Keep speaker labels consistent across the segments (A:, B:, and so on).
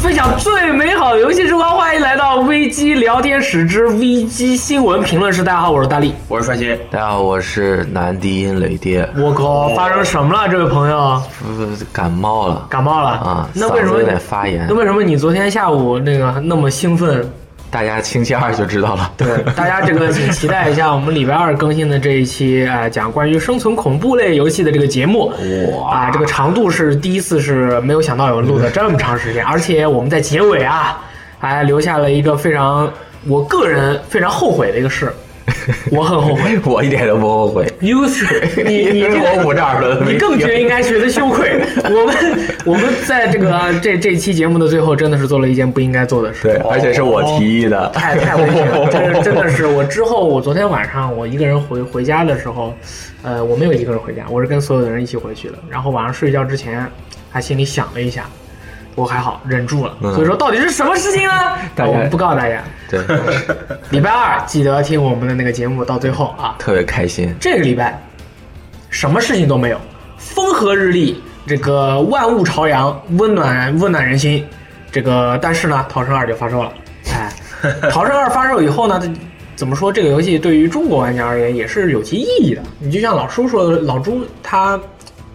A: 分享最美好游戏时光，欢迎来到危机聊天室之危机新闻评论室。大家好，我是大力。
B: 我是帅鑫，
C: 大家好，我是男低音雷爹，
A: 我靠，发生什么了？这位朋友
C: 呃感冒了
A: 感冒了
C: 啊，
A: 那
C: 嗓
A: 为什
C: 子
A: 么
C: 有点发炎
A: 那，为什么你昨天下午那个那么兴奋？
C: 大家星期二就知道了。
A: 对， 大家这个请期待一下我们礼拜二更新的这一期，呃，讲关于生存恐怖类游戏的这个节目。
C: 哇
A: 啊，这个长度是第一次是没有想到有录的这么长时间，而且我们在结尾啊，还留下了一个非常我个人非常后悔的一个 事，我很后悔。
C: 我一点都不后悔，
A: You，你 你这
C: 我捂
A: 个。
C: 这儿了，
A: 你更觉得应该觉得羞 愧。我们我们在这个这这期节目的最后，真的是做了一件不应该做的事。
C: 对，而且是我提议的，
A: 哦太太危险了，真 是真的是。我之后，我昨天晚上我一个人回回家的时候，呃，我没有一个人回家，我是跟所有的人一起回去的。然后晚上睡觉之前，还心里想了一下，我还好忍住了。
C: 嗯
A: 所以说，到底是什么事情呢？
C: 大家
A: 我们不告诉大家。
C: 对，
A: 礼拜二记得听我们的那个节目到最后啊。
C: 特别开心。
A: 这个礼拜什么事情都没有，风和日丽，这个万物朝阳，温暖温暖人心。这个但是呢，《逃生二》就发售了， 哎，《逃生二》发售以后呢，这怎么说这个游戏对于中国玩家而言也是有其意义的。你就像老叔说的，老朱他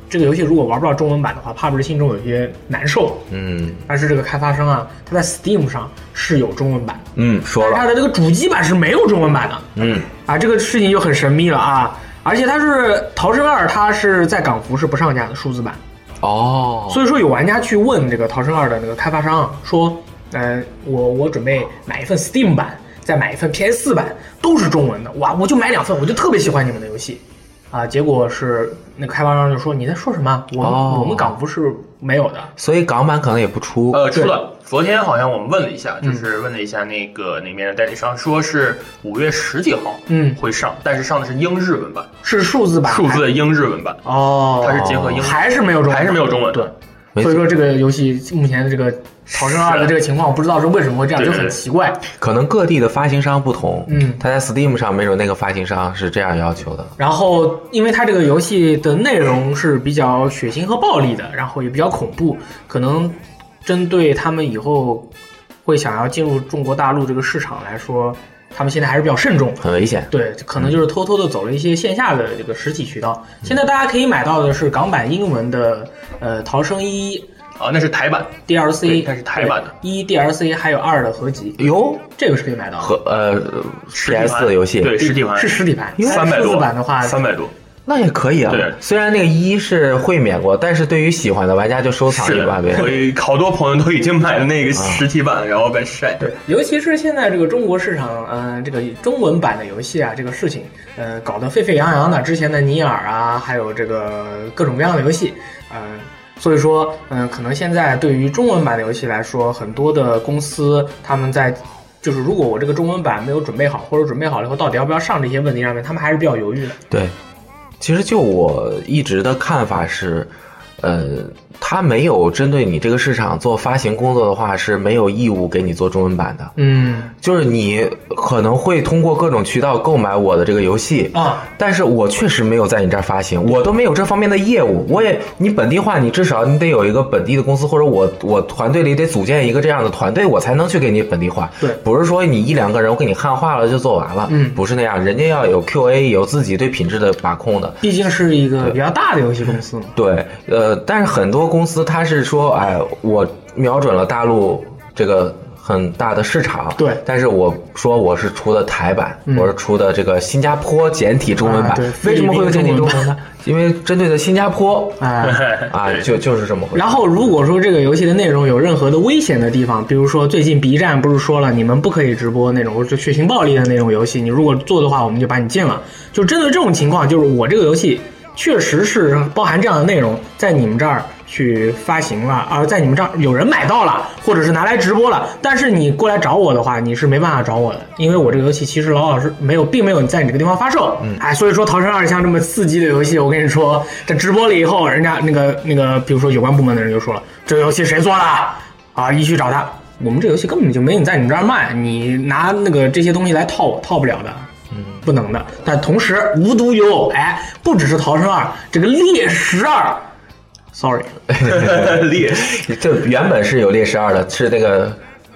A: 这个游戏如果玩不到中文版的话，怕不是心中有些难受。
C: 嗯
A: 但是这个开发商啊，他在 Steam 上是有中文版，
C: 嗯，说
A: 但是他
C: 了，
A: 的这个主机版是没有中文版的。
C: 嗯，
A: 啊，这个事情就很神秘了啊！而且它是《逃生二》，它是在港服是不上架的数字版，
C: 哦，
A: 所以说有玩家去问这个《逃生二》的那个开发商说，呃，我我准备买一份 Steam 版，再买一份 PS 4版，都是中文的，哇，我就买两份，我就特别喜欢你们的游戏，啊，结果是那个开发商就说你在说什么？我们、
C: 哦
A: 我们港服是没有的，
C: 所以港版可能也不出，
B: 呃，出了。昨天好像我们问了一下，
C: 嗯
B: 就是问了一下那个那边的代理商，说是五月十几号，
A: 嗯
B: 会上，但是上的是英日文版，
A: 是数字版，
B: 数字的英日文版，
A: 哦，
B: 它是结合英
A: 还是没有中文，
B: 还是没有中文
A: 对。
C: 没
A: 所以
C: 错
A: 说这个游戏目前的这个《逃生二》的这个情况，我不知道是为什么会这样，
B: 对
A: 就
B: 对
A: 很奇怪。
C: 可能各地的发行商不同，
A: 嗯
C: 他在 Steam 上没准那个发行商是这样要求的，
A: 然后，因为它这个游戏的内容是比较血腥和暴力的，然后也比较恐怖，可能针对他们以后会想要进入中国大陆这个市场来说，他们现在还是比较慎重。
C: 很危险。
A: 对，可
B: 嗯
A: 能就是偷偷的走了一些线下的这个实体渠道。现在大家可以买到的是港版英文的呃《逃生一
B: 啊，那是台版，》
A: DLC，
B: 对它是台版的
A: 对一 DLC 还有二的合集，
C: 哟，
A: 这个是可以买到的。
C: 和呃
B: 实体盘
C: PS 的游戏，
B: 对，实体盘
A: 是实体盘，因为
B: 三百
A: 数字
B: 多
A: 版的话，
B: 三百多，
C: 那也可以啊。
B: 对
C: 虽然那个一是会免过，但是对于喜欢的玩家就收藏
B: 是
C: 一把呗啊
B: 的，。所以好多朋友都已经买了那个实体版，然后被晒。 对，
A: 尤其是现在这个中国市场，嗯、这个中文版的游戏啊，这个事情，呃，搞得沸沸扬扬的。之前的尼尔啊，还有这个各种各样的游戏，嗯、所以说，嗯、可能现在对于中文版的游戏来说，很多的公司他们在。就是如果我这个中文版没有准备好，或者准备好了以后，到底要不要上这些问题上面，他们还是比较犹豫的。
C: 对，其实就我一直的看法是，呃，他没有针对你这个市场做发行工作的话，是没有义务给你做中文版的。
A: 嗯
C: 就是你可能会通过各种渠道购买我的这个游戏，
A: 啊，
C: 但是我确实没有在你这儿发行，我都没有这方面的业务。我也，你本地化，你至少你得有一个本地的公司，或者我我团队里得组建一个这样的团队，我才能去给你本地化。
A: 对
C: 不是说你一两个人我给你汉化了就做完了，
A: 嗯
C: 不是那样，人家要有 QA，有自己对品质的把控的。
A: 毕竟是一个比较大的游戏公司嘛。
C: 对，呃，但是很多公司它是说，哎，我瞄准了大陆这个很大的市场，
A: 对
C: 但是我说我是出的台版，
A: 嗯
C: 我是出的这个新加坡简体中文版，
A: 啊对
C: 为什么会有简体
A: 菲律宾
C: 中文
A: 中文
C: 呢？因为针对的新加坡
A: 哎、
C: 啊，就就是这么回事。
A: 然后，如果说这个游戏的内容有任何的危险的地方，比如说最近 B 站不是说了，你们不可以直播那种就血腥暴力的那种游戏，你如果做的话，我们就把你禁了。就针对这种情况，就是我这个游戏确实是包含这样的内容，在你们这儿去发行了，而在你们这儿有人买到了，或者是拿来直播了，但是你过来找我的话，你是没办法找我的，因为我这个游戏其实老老实没有，并没有在你这个地方发售。嗯，哎，所以说《逃生二》像这么刺激的游戏，我跟你说，这直播了以后，人家那个那个，比如说有关部门的人就说了，这游戏谁做的啊？一去找他，我们这游戏根本就没你在你们这儿卖，你拿那个这些东西来套我，套不了的。不能的。但同时，无独有偶，哎，不只是《逃生二》，这个《猎食二》 ，sorry，
B: 猎
C: 这原本是有猎食二的，是那个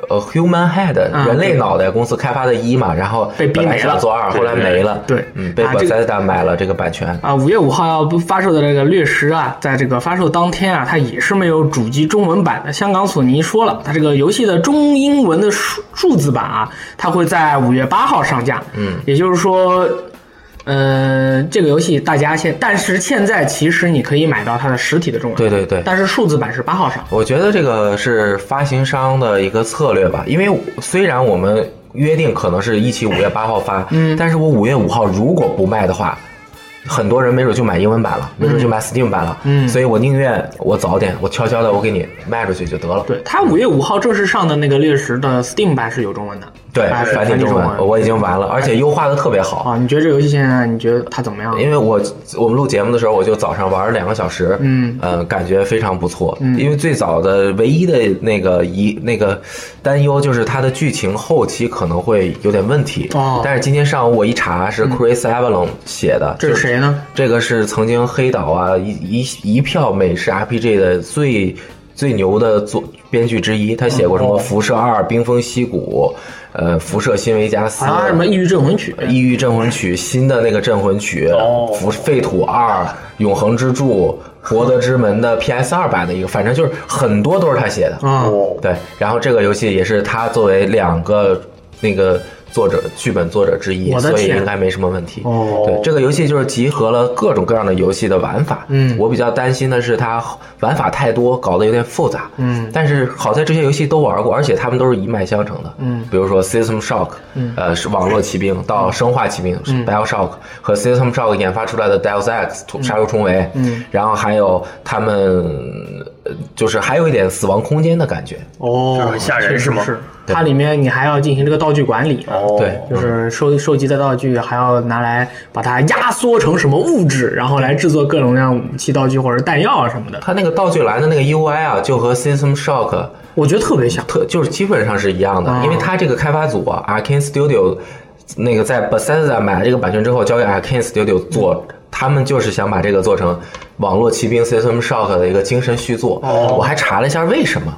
C: 呃 Human Head、
A: 嗯
C: 人类脑袋公司开发的一嘛，然后
A: 被逼
C: 本来
A: 没
C: 想
A: 了
C: 做二，后来没了，
A: 对
C: 嗯，被
A: 啊这个
C: Bethesda 买了这个版权。
A: 啊，五月五号要不发售的这个《掠食》啊，在这个发售当天啊，它也是没有主机中文版的。香港索尼说了，它这个游戏的中英文的数数字版啊，它会在五月八号上架。嗯，也就是说，呃，这个游戏大家现，但是现在其实你可以买到它的实体的中文版，
C: 对对对，
A: 但是数字版是八号上。
C: 我觉得这个是发行商的一个策略吧，因为虽然我们约定可能是一起五月八号发，嗯，但是我五月五号如果不卖的话。很多人没准就买英文版了，没准就买 Steam 版了，嗯，所以我宁愿我早点，我悄悄的我给你卖出去就得了。
A: 对，它五月五号正式上的那个《掠食》的 Steam 版是有中文的。
C: 对，
A: 啊
C: 繁体中文哎我已经玩了，而且优化的特别好。
A: 啊，你觉得这游戏现在你觉得它怎么样？
C: 因为我我们录节目的时候，我就早上玩了两个小时，
A: 嗯，
C: 呃，感觉非常不错。因为最早的唯一的那个一那个担忧就是它的剧情后期可能会有点问题。
A: 哦嗯
C: 但是今天上午我一查，是 Chris Avalon 写的，
A: 这是
C: 就是
A: 谁呢？
C: 这个是曾经黑岛啊一一一票美式 RPG 的最最牛的作编剧之一，他写过什
A: 哦
C: 么《辐射二》《冰封西谷》呃，《辐射新维加斯》
A: 好啊像什么《抑郁镇魂曲》
C: 《异域镇魂曲》新的那个镇魂曲，
B: 哦
C: 辐废土二》《永恒之柱》《博德之门》的 PS 二版的一个，反正就是很多都是他写的。
A: 啊。
B: 哦，
C: 对，然后这个游戏也是他作为两个那个作者剧本作者之一，
A: 我的
C: 所以
A: 天
C: 应该没什么问题。
A: 哦
C: 对，这个游戏就是集合了各种各样的游戏的玩法。
A: 嗯
C: 我比较担心的是它玩法太多，搞得有点复杂。
A: 嗯，
C: 但是好在这些游戏都玩过，而且他们都是一脉相承的。
A: 嗯，
C: 比如说 System Shock，嗯，呃，是网络骑兵到生化骑兵、BioShock
A: 嗯
C: 和 System Shock 研发出来的 Deus Ex 屠杀戮重围，嗯，然后还有他们呃就是还有一点死亡空间的感觉。
A: 哦，
B: 就是很吓人
A: 确实
B: 是吗
A: 是，它里面你还要进行这个道具管理，
B: 哦，
C: 对
A: 就是收收集的道具还要拿来把它压缩成什么物质，然后来制作各种各样武器、道具或者弹药啊什么的。
C: 它那个道具栏的那个 UI 啊，就和 System Shock
A: 我觉得特别像，
C: 特就是基本上是一样的，
A: 哦
C: 因为它这个开发组啊，Arkane Studio 那个在 Bethesda 买了这个版权之后，交给 Arkane Studio 做，
A: 嗯
C: 他们就是想把这个做成网络骑兵 System Shock 的一个精神续作。
A: 哦
C: 我还查了一下为什么。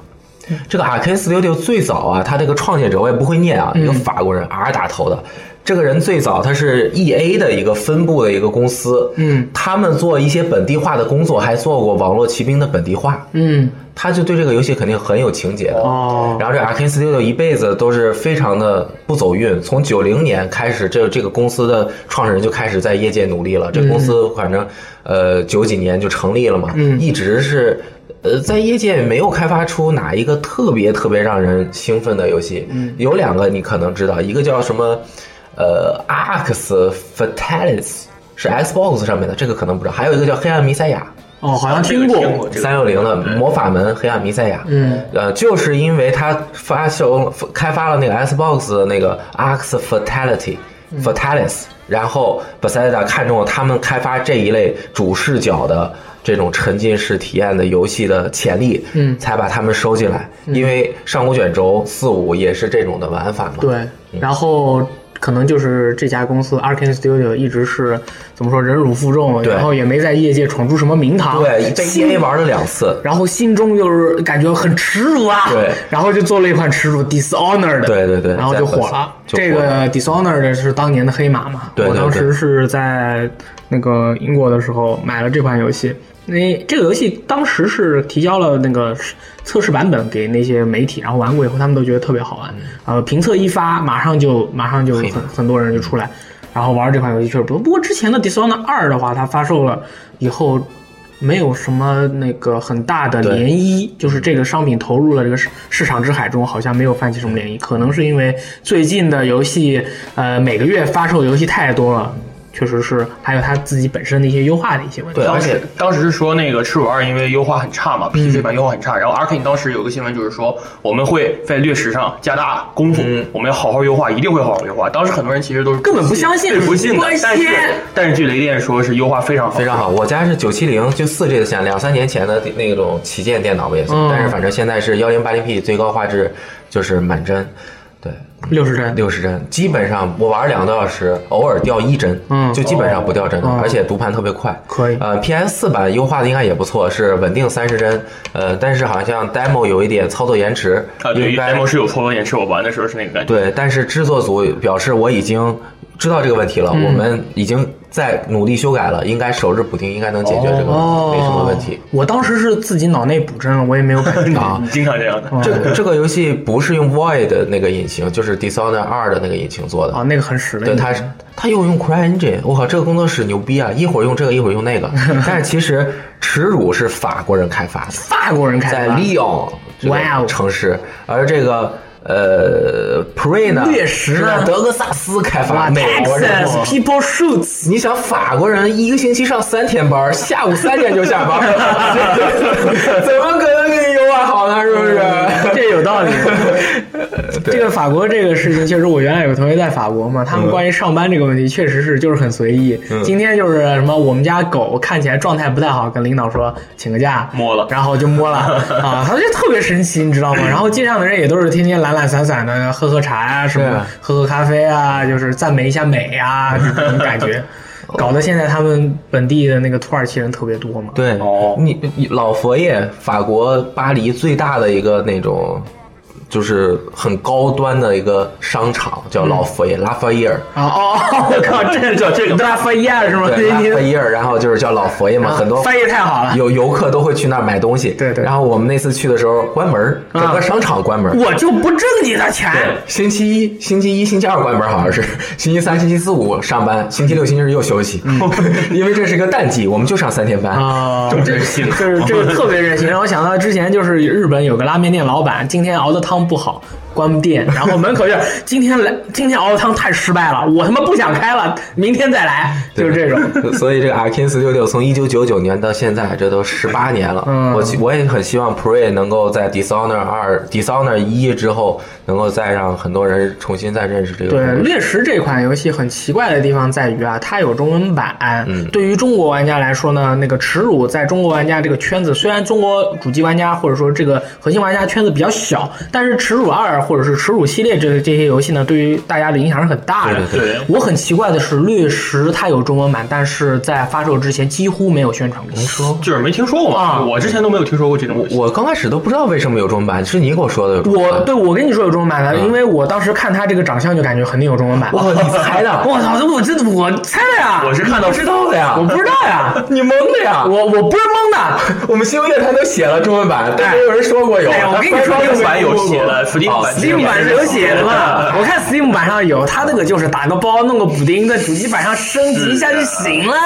C: 这个 Arkane Studio 最早啊，他这个创建者我也不会念啊，一
A: 嗯
C: 个法国人 R 打头的。这个人最早他是 E A 的一个分部的一个公司，
A: 嗯，
C: 他们做一些本地化的工作，还做过《网络骑兵》的本地化，
A: 嗯，
C: 他就对这个游戏肯定很有情节的。
A: 哦，
C: 然后这 Arkane Studio 一辈子都是非常的不走运，从九零年开始，这这个公司的创始人就开始在业界努力了。这公司反正呃九几年就成立了嘛，一直是呃在业界没有开发出哪一个特别特别让人兴奋的游戏。有两个你可能知道，一个叫什么呃 Arx Fatalis。是 Xbox 上面的，这个可能不知道。还有一个叫《黑暗弥赛亚》，
A: 哦，好像听
B: 这个听
A: 过
B: 过，这个
C: 三六零的魔法门黑暗弥赛亚，
A: 嗯，
C: 呃，就是因为它发售开发了那个 Xbox 的那个 Arx Fatality
A: 嗯
C: Fatalis，然后 Bethesda 看中了他们开发这一类主视角的这种沉浸式体验的游戏的潜力，
A: 嗯
C: 才把他们收进来。因为上古卷轴四五也是这种的玩法嘛，
A: 对，然后。可能就是这家公司 Arkane Studio 一直是怎么说忍辱负重，
C: 对
A: 然后也没在业界闯出什么名堂。
C: 对，被 EA 玩了两次，
A: 然后心中就是感觉很耻辱啊，
C: 对
A: 然后就做了一款耻辱 Dishonored，
C: 对对对
A: 然后就火了。
C: 就火
A: 这个 Dishonored 是当年的黑马嘛，
C: 对对对
A: 我当时是在那个英国的时候买了这款游戏。那这个游戏当时是提交了那个测试版本给那些媒体，然后玩过以后，他们都觉得特别好玩。呃，评测一发，马上就马上就很很多人就出来，然后玩这款游戏确实不错。不过之前的 Dishonored 二的话，它发售了以后，没有什么那个很大的
C: 对
A: 涟漪，就是这个商品投入了这个市市场之海中，好像没有泛起什么涟漪。可能是因为最近的游戏，呃，每个月发售游戏太多了，确实是，还有它自己本身的一些优化的一些问题。
C: 对啊
B: 当
C: 而且
B: 时当时是说那个《赤手二》因为优化很差嘛，PC 版优化很差。然后 Arkane 当时有个新闻就是说，我们会在掠食上加大功夫，我们要好好优化，一定会好好优化。当时很多人其实都是
A: 根本不相信
B: 对不信的
A: 不。
B: 但是
A: 信
B: 但是据雷电说是优化非常好，
C: 非常好，哦我家是九七零，就四 G 的线，两三年前的那种旗舰电脑吧也行，
A: 嗯
C: 但是反正现在是幺零八零 P 最高画质，就是满帧。对，
A: 六十帧，
C: 六十帧，基本上我玩两个多小时，偶尔掉一帧，
A: 嗯
C: 就基本上不掉帧了，
A: 哦
C: 而且读盘特别快。
A: 可以
C: 呃，PS 四版优化的应该也不错，是稳定三十帧，呃，但是好像 demo 有一点操作延迟，
B: 啊，对
C: 应
B: 于
C: 该
B: demo 是有操作演示，我玩的时候是那个感觉。
C: 对，但是制作组表示我已经知道这个问题
A: 嗯
C: 了，我们已经在努力修改了，应该首日补丁应该能解决这个问题，
A: 哦，
C: 没什么问题。。
A: 我当时是自己脑内补帧了，我也没有感 觉到。
B: 你经常这样的。
C: 这个这个游戏不是用 Void 的那个引擎，就是 Dishonored 二的那个引擎做的
A: 啊，那个很实的。
C: 对，他是他又用 CryEngine，我靠，这个工作室牛逼啊！一会儿用这个，一会儿用 那个。但是其实耻辱是法国人开发的，
A: 法国人开
C: 在
A: 发，
C: 利昂这
A: 哇哦
C: 个城市，而这个呃 Prey 呢，
A: 掠食
C: 是
A: 呢
C: 在德克萨斯开发，
A: 哇
C: 美国人。
A: ，Texas people shoots。
C: 你想法国人一个星期上三天班，下午三点就下班， 怎么可能给你优化好呢？是不是？
A: 这有道理。这个法国这个事情，确实，我原来有个同学在法国嘛，他们关于上班这个问题，确实是就是很随意。今天就是什么，我们家狗看起来状态不太好，跟领导说请个假，
B: 摸了
A: 然后就摸了啊，他就特别神奇，你知道吗？然后街上的人也都是天天懒懒散散的，喝喝茶呀、什
C: 对
A: 么
C: 啊，
A: 喝喝咖啡啊，就是赞美一下美呀、这种感觉。搞得现在他们本地的那个土耳其人特别多嘛，
C: 对，
B: 哦
C: 你你老佛爷，法国巴黎最大的一个那种，就是很高端的一个商场，
A: 嗯
C: 叫老佛爷、拉法耶 尔。
A: 啊哦，我靠，这
B: 叫这个
A: 拉菲亚是吗？
C: 对，拉
A: 你
C: 法耶尔，然后就是叫老佛爷嘛，
A: 啊
C: 很多
A: 翻译太好了。
C: 有游客都会去那儿买东西。
A: 对对
C: 然后我们那次去的时候关门儿，整
A: 啊
C: 个商场关门儿。
A: 我就不挣你的钱。
C: 对，星期一、星期一、星期二关门，好像是星期三、星期四、五上班，星期六、星期日又休息， 因为这是个淡季，我们就上三天班。
A: 啊，
B: 这么任性
A: 就，是这个特别任性，让我想到之前就是日本有个拉面店老板，今天熬的汤不好，关店，然后门口就是今天来，今天熬的汤太失败了，我他妈不想开了，明天再来，就是这种。
C: 所以这个 Arkin Studio 从一九九九年到现在，这都十八年了。
A: 嗯
C: 我希我也很希望 Prey 能够在 Dishonor 二、Dishonor 一之后，能够再让很多人重新再认识这个
A: 对，
C: 东西。
A: 猎食这款游戏很奇怪的地方在于啊，它有中文版。对于中国玩家来说呢，那个耻辱在中国玩家这个圈子，虽然中国主机玩家或者说这个核心玩家圈子比较小，但是耻辱二或者是耻辱系列这这些游戏呢，对于大家的影响是很大的。
C: 对
B: 对对
A: 我很奇怪的是，掠食它有中文版，但是在发售之前几乎没有宣传过。
B: 就是没听说过
A: 啊
B: 嘛，我之前都没有听说过这种游戏。
C: 我刚开始都不知道为什么有中文版，是你给我说的有中文
A: 我
C: 版。
A: 对我跟你说有中文版的，因为我当时看他这个长相就感觉肯定有中文版。
C: 哇你猜的啊
A: 我操！这我这我猜的呀！
B: 我是看到
C: 知道的呀，
A: 我不知道呀。
C: 你蒙的呀。
A: 我我不是蒙的，
C: 我们新闻乐坛都写了中文版，但没有人说过有。
A: 哎呀我跟 你说哦
C: 官方
B: ，Steam 版有
C: 说过
B: 写的，Steam 版
A: Steam 版是有写 的 嘛？我看 Steam 版上有，它那个就是打个包弄个补丁，在主机版上升级一下就行了。哦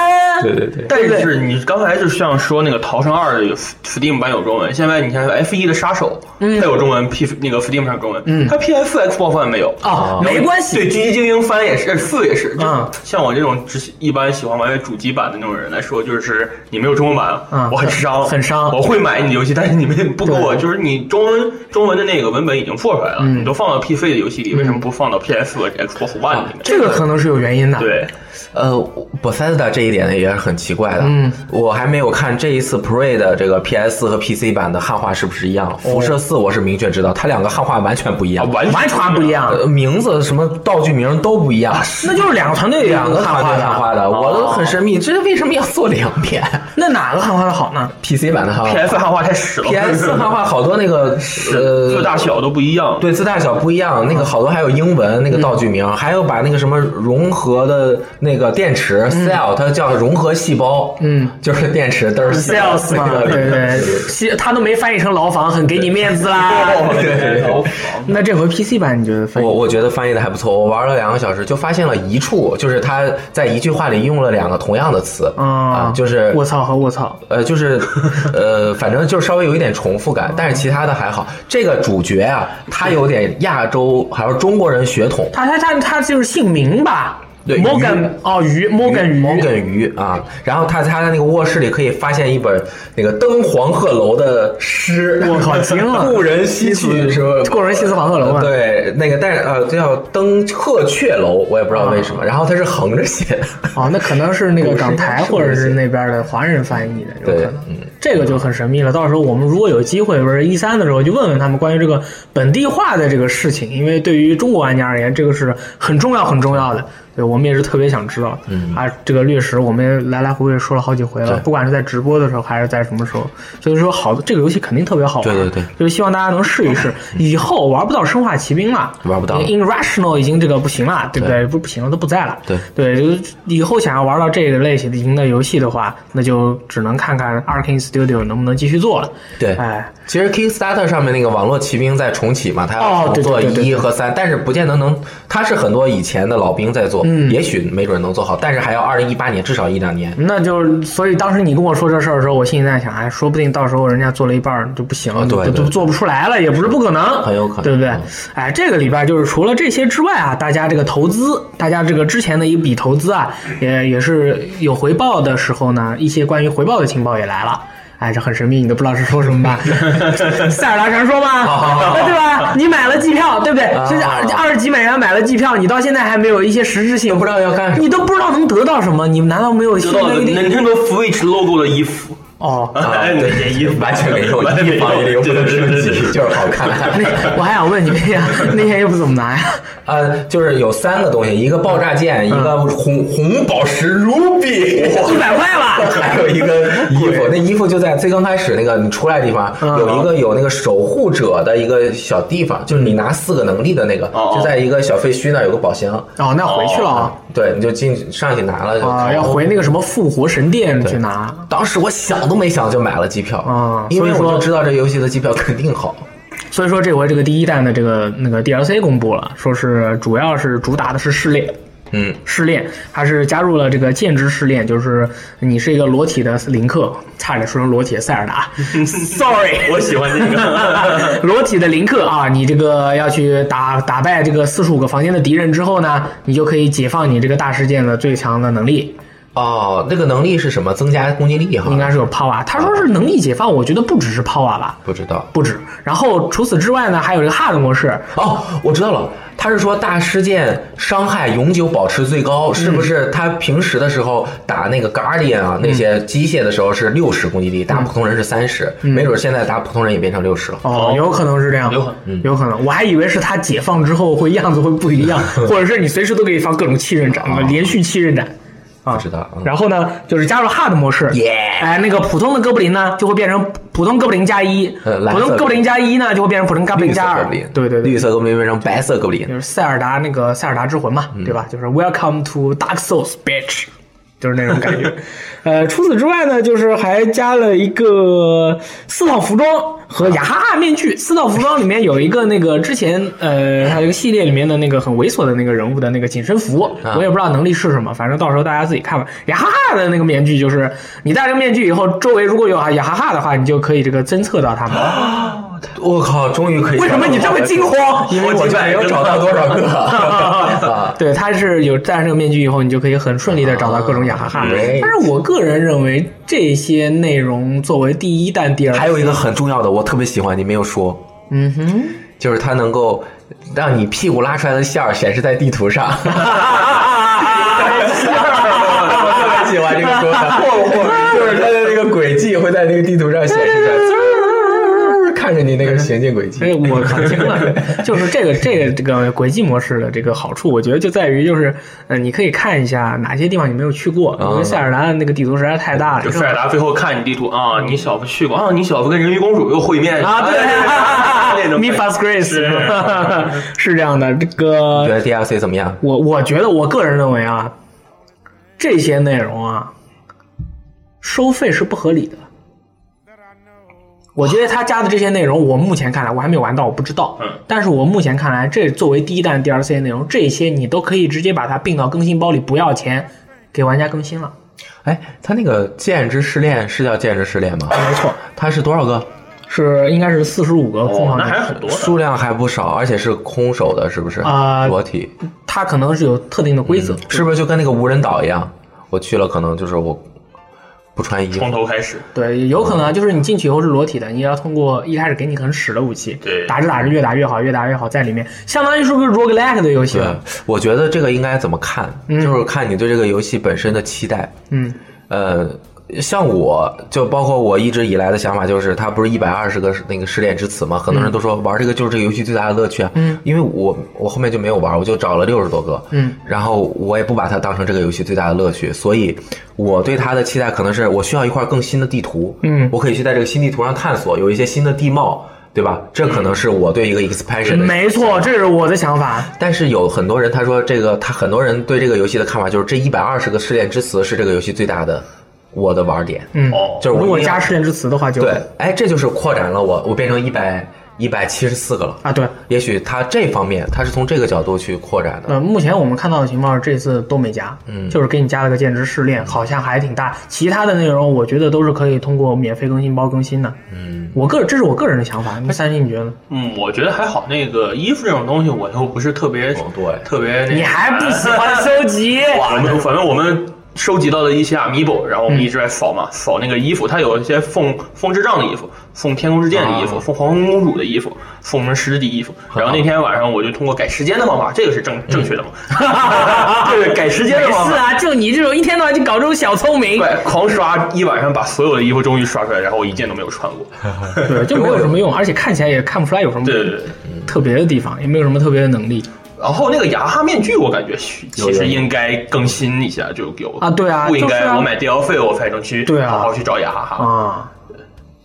C: 对对
A: 对
C: 对。
A: 不
B: 但
A: 对？
B: 是你刚才就像说那个《逃生二》有 Steam 版有中文，现在你看 F E 1的杀手，
A: 嗯
B: 它有中文，P 那个 Steam 上有中文，它 PS Xbox 版没有。
A: 哦，没关系，
B: 对《狙击精英》翻也是，呃四也是。
A: 嗯
B: 就像我这种只一般喜欢玩主机版的那种人来说，就是你没有中文版
A: 嗯，
B: 我很伤，
A: 很伤
B: 我会买你的游戏，但是你们不给我，就是你中文中文的那个文本已经做出来了，
A: 嗯
B: 你都放到 PC 的游戏里，为什么不放到 PS 和 Xbox One 里面？
A: 这个可能是有原因的。
B: 对，
C: 呃，Bethesda 这一点呢也是很奇怪的。嗯，我还没有看这一次 Prey 的这个 PS 和 PC 版的汉化是不是一样。辐射四我是明确知道，它两个汉化完全不一
B: 啊
C: 样，
B: 完
A: 完全不一样，
C: 呃，名字什么道具名都不一样，
A: 那就是两个团队
C: 两个
A: 汉
C: 汉
A: 化
C: 化汉化
A: 的。
C: 的，我都很神秘，这为什么要做两遍
A: 那哪个汉化的好呢？
C: ？PC 版的汉化
B: PS 汉化太屎了
C: PS 汉化好多那个呃
B: 字大小都不一样。
C: 对，字大小不一样，那个好多还有英
A: 嗯
C: 文那个道具名，还有把那个什么融合的那个电池、cell，它叫融合细胞，
A: 嗯，
C: 就是电池都是
A: sales 嘛，对对，其他都没翻译成牢房，很给你面子啦。
C: 对对
A: 那这回 PC 版你觉得翻
C: 我
A: 译？
C: 我觉得翻译的还不错，我玩了两个小时就发现了一处，就是它在一句话里用了两个同样的词、啊，就是
A: 我操和我操，
C: 呃，就是呃，反正就是稍微有一点重复感，但是其他的还好。这个主角啊，他有点亚洲还有中国人血统，
A: 他他他他就是姓名吧？
C: 对
A: 摩根哦鱼摩根鱼
C: 摩根鱼啊，然后他他在那个卧室里可以发现一本那个登黄鹤楼的诗，
A: 我靠惊了
C: 故人西去说
A: 过人西斯黄鹤楼嘛，
C: 对，那个但是呃叫登鹤雀楼，我也不知道为什
A: 啊
C: 么，然后它是横着写的，
A: 哦，那可能是那个 港台
C: 不
A: 或
C: 是
A: 者是那边的华人翻译的，有可
C: 对嗯
A: 能。这个就很神秘了。到时候我们如果有机会，不是一三的时候，就问问他们关于这个本地化的这个事情，因为对于中国玩家而言，这个是很重要很重要的。对，我们也是特别想知道。嗯啊，这个掠食我们也来来回回说了好几回了，
C: 对
A: 不管是在直播的时候还是在什么时候，所以说好，这个游戏肯定特别好玩。
C: 对对对，
A: 就是希望大家能试一试。以后玩不到生化奇兵了，
C: 玩不到了
A: Irrational 已经这个不行了，对不对？不不行了，都不在了。
C: 对
A: 对，就是以后想要玩到这个类型型的游戏的话，那就只能看看 Arkane Studio 能不能继续做了。
C: 对
A: 哎，
C: 其实 Kickstarter 上面那个网络骑兵在重启嘛，它
A: 哦
C: 要
A: 对对
C: 做
A: 对对
C: 一和三，但是不见得能，它是很多以前的老兵在做，也许没准能做好，但是还要二零一八年至少一两年。
A: 那就是所以当时你跟我说这事儿的时候，我心里在想，哎，说不定到时候人家做了一半儿就不行了，
C: 啊对
A: 就就
C: 对
A: 做不出来了，也不是不可能，
C: 很有可能
A: 对不对
C: 嗯？
A: 哎，这个里边就是除了这些之外啊，大家这个投资，大家这个之前的一笔投资啊，也也是有回报的时候呢，一些关于回报的情报也来了。哎，这很神秘，你都不知道是说什么 吧？塞尔达传说吧，
C: 好好好
A: 对吧？你买了机票，对不对？
C: 啊
A: 这二二十几美元买了机票，你到现在还没有一些实质性，
C: 都不知道要干什么
A: 你都不知道能得到什么，你难道没有
B: 得
A: 新
B: 到
A: 的
B: 了
A: 一点
B: Nintendo Switch logo 的衣服，
A: 哦，
B: 哎
C: 啊对
B: 那件衣服
C: 完全没用，
B: 完全没
C: 一
B: 用
C: 方一零不
B: 对
C: 能
B: 对对
C: 升
B: 对
C: 级
B: 对，
C: 就是好看。
A: 那我还想问你们呀，那天又不怎么拿呀？
C: 呃，就是有三个东西，一个爆炸剑，一个
A: 嗯
C: 红红宝石 Ruby，
A: 一百块吧？
C: 还有 一个衣服，那衣服就在最刚开始那个你出来的地方，
A: 嗯嗯
C: 有一个有那个守护者的一个小地方，就是你拿四个能力的那个
B: 哦，哦
C: 就在一个小废墟那儿有个宝箱，
A: 哦，那回去了啊，
C: 对，你就进去上去拿了。就
A: 啊，
C: 看
A: 要回那个什么复活神殿去拿。
C: 当时我想都没想就买了机票
A: 啊
C: 因为
A: 所以
C: 我
A: 说
C: 就知道这游戏的机票肯定好。
A: 所以说这回这个第一弹的这个那个 DLC 公布了，说是主要是主打的是试炼。
C: 嗯，
A: 试炼，它是加入了这个剑之试炼，就是你是一个裸体的林克，差点说成裸体的塞尔达，sorry，
B: 我喜欢这 个。
A: 裸体的林克啊，你这个要去打打败这个四十五个房间的敌人之后呢，你就可以解放你这个大事件的最强的能力，
C: 哦，那个能力是什么？增加攻击力哈？
A: 应该是有 power。他说是能力解放，我觉得不只是 power 吧，
C: 不知道。
A: 不止。然后除此之外呢，还有这个 hard 模式，
C: 哦，我知道了，他是说大事件伤害永久保持最高，是
A: 嗯
C: 不是？他平时的时候打那个 Guardian 啊，那些
A: 嗯
C: 机械的时候是六十攻击力，打普通人是三十、没准现在打普通人也变成六十了。
A: 哦，有可能是这样，
B: 有可
A: 能，有可能。我还以为是他解放之后会样子会不一样，或者是你随时都可以放各种气刃斩，连续气刃斩。啊
C: 不知道嗯
A: 然后呢，就是加入 hard 模式，
C: 耶
A: 哎，那个普通的哥布林呢，就会变成普通哥布林加一，
C: 呃蓝
A: 普
C: 色
A: 通哥布林加一呢，就会变成普通哥布林
C: 绿色
A: 加
C: 哥
A: 二
C: 布林，，
A: 对对对
C: 绿，色哥布林变成白色哥布
A: 就
C: 林，
A: 是塞尔达那个塞尔达之魂嘛，对吧？就是 Welcome to Dark Souls, bitch，就是那种感觉。呃，除此之外呢，就是还加了一个四套服装和雅哈哈面具。四套服装里面有一个那个之前呃，还有一个系列里面的那个很猥琐的那个人物的那个紧身服，我也不知道能力是什么，反正到时候大家自己看吧。雅哈哈的那个面具就是你戴上面具以后，周围如果有雅哈哈的话，你就可以这个侦测到他们。
C: 我靠，终于可以。
A: 为什么你这么惊？ 慌？
C: 因为我就没有找到多 少个啊。
A: 对，它是有戴上这个面具以后，你就可以很顺利的找到各种雅哈哈。
C: 啊
A: 但
C: 对
A: 是我个人认为，这些内容作为第一弹、第二，
C: 还有一 个很重要的，我特别喜欢，你没有说，
A: 嗯哼，
C: 就是它能够让你屁股拉出来的线儿显示在地图 上。我特别喜欢这个说法，就是它的 那个轨迹会在那个地图上显示出来滋儿，看着你那个行进 轨
A: 所以
C: 迹。
A: 我靠，惊了！就是这个这个这个轨迹模式的这个好处，我觉得就在于就是，呃，你可以看一下哪些地方你没有去过，
C: 啊
A: 因为塞尔达的那个地图实在太大了。
B: 就塞尔达最后看你地图啊，你小夫去过啊，你小夫跟人鱼公主又会面
A: 啊，
B: 哎那
A: 对
B: 种
A: m i
B: 感
A: f
B: 觉
A: a s Grace 是这样的，这个
C: 你觉得 DLC 怎么样？
A: 我我觉得我个人认为啊，这些内容啊，收费是不合理的。我觉得他加的这些内容，我目前看来我还没有玩到，我不知道。
B: 嗯
A: 但是我目前看来，这作为第一弹 DLC 的内容，这些你都可以直接把它并到更新包里，不要钱，给玩家更新了。
C: 哎，它那个剑之试炼是叫剑之试炼吗？
A: 没错，
C: 它是多少个？
A: 是应该是四十五个空
B: 哦
A: 房
B: 那
A: 的
B: 还是很多的。
C: 数量还不少，而且是空手的，是不是？
A: 啊
C: 裸体。
A: 它可能是有特定的规
B: 嗯
A: 则。
C: 是不是就跟那个无人岛一样？我去了，可能就是我不穿衣服
B: 从，头开始，
A: 对，有可能啊就是你进去以后是裸体的，你要通过一开始给你很屎的武器，
B: 对
A: 打着打着越打越好，越打越好，在里面相当于是个 roguelike 的游戏
C: 对
A: 了。，
C: 我觉得这个应该怎么看，
A: 嗯
C: 就是看你对这个游戏本身的期待。
A: 嗯
C: 呃，像我就包括我一直以来的想法就是，它不是一百二十个那个试炼之词嘛？很多人都说玩这个就是这个游戏最大的乐趣啊。
A: 嗯，
C: 因为我我后面就没有玩，我就找了六十多个。
A: 嗯，
C: 然后我也不把它当成这个游戏最大的乐趣，所以我对它的期待可能是我需要一块更新的地图。
A: 嗯
C: 我可以去在这个新地图上探索，有一些新的地貌，对吧？这可能是我对一个 expansion 的
A: 没错，这是我的想法。
C: 但是有很多人他说这个，他很多人对这个游戏的看法就是这一百二十个试炼之词是这个游戏最大的我的玩点，
A: 嗯，
B: 哦
C: 就是我
A: 如果
C: 一定要
A: 加试炼之词的话就，
C: 对，哎，这就是扩展了我，我变成一百一百七十四个了。
A: 啊，对，
C: 也许他这方面他是从这个角度去扩展的，
A: 呃，目前我们看到的情况是这次都没加，
C: 嗯
A: 就是给你加了个剑之试炼，好像还挺大。其他的内容我觉得都是可以通过免费更新包更新的。
C: 嗯，
A: 我个这是我个人的想法，那三星你觉得呢？
B: 嗯，我觉得还好。那个衣服这种东西，我又不是特别
C: 哦对
B: 特别那个。
A: 你还不喜欢 收 集？
B: 我们反正我们收集到的一些 amiibo，然后我
A: 嗯
B: 们一直在扫嘛，扫那个衣服，它有一些奉风之杖的衣服，奉天空之剑的衣服，
C: 啊
B: 奉黄昏公主的衣服，奉什么十的衣服。
C: 好
B: 然后那天晚上我就通过改时间的方法，这个是正正确的嘛？ 对，改时间的方
A: 是
B: 法。
A: 嗯啊，就你这种一天到晚就搞这种小聪明，
B: 对，狂刷一晚上，把所有的衣服终于刷出来，然后我一件都没有 穿过。
A: 对，就没有什么 用，而且看起来也看不出来有什么
B: 对对对。
A: 特别的地方，也没有什么特别的能力
B: 然后那个雅哈面具，我感觉其
C: 有
B: 其实应该更新一下，就有
A: 啊对啊
B: 不应该、
A: 就是啊
B: 我买 DLC 我才能去
A: 对啊
B: 好好去找雅哈哈。
A: 啊。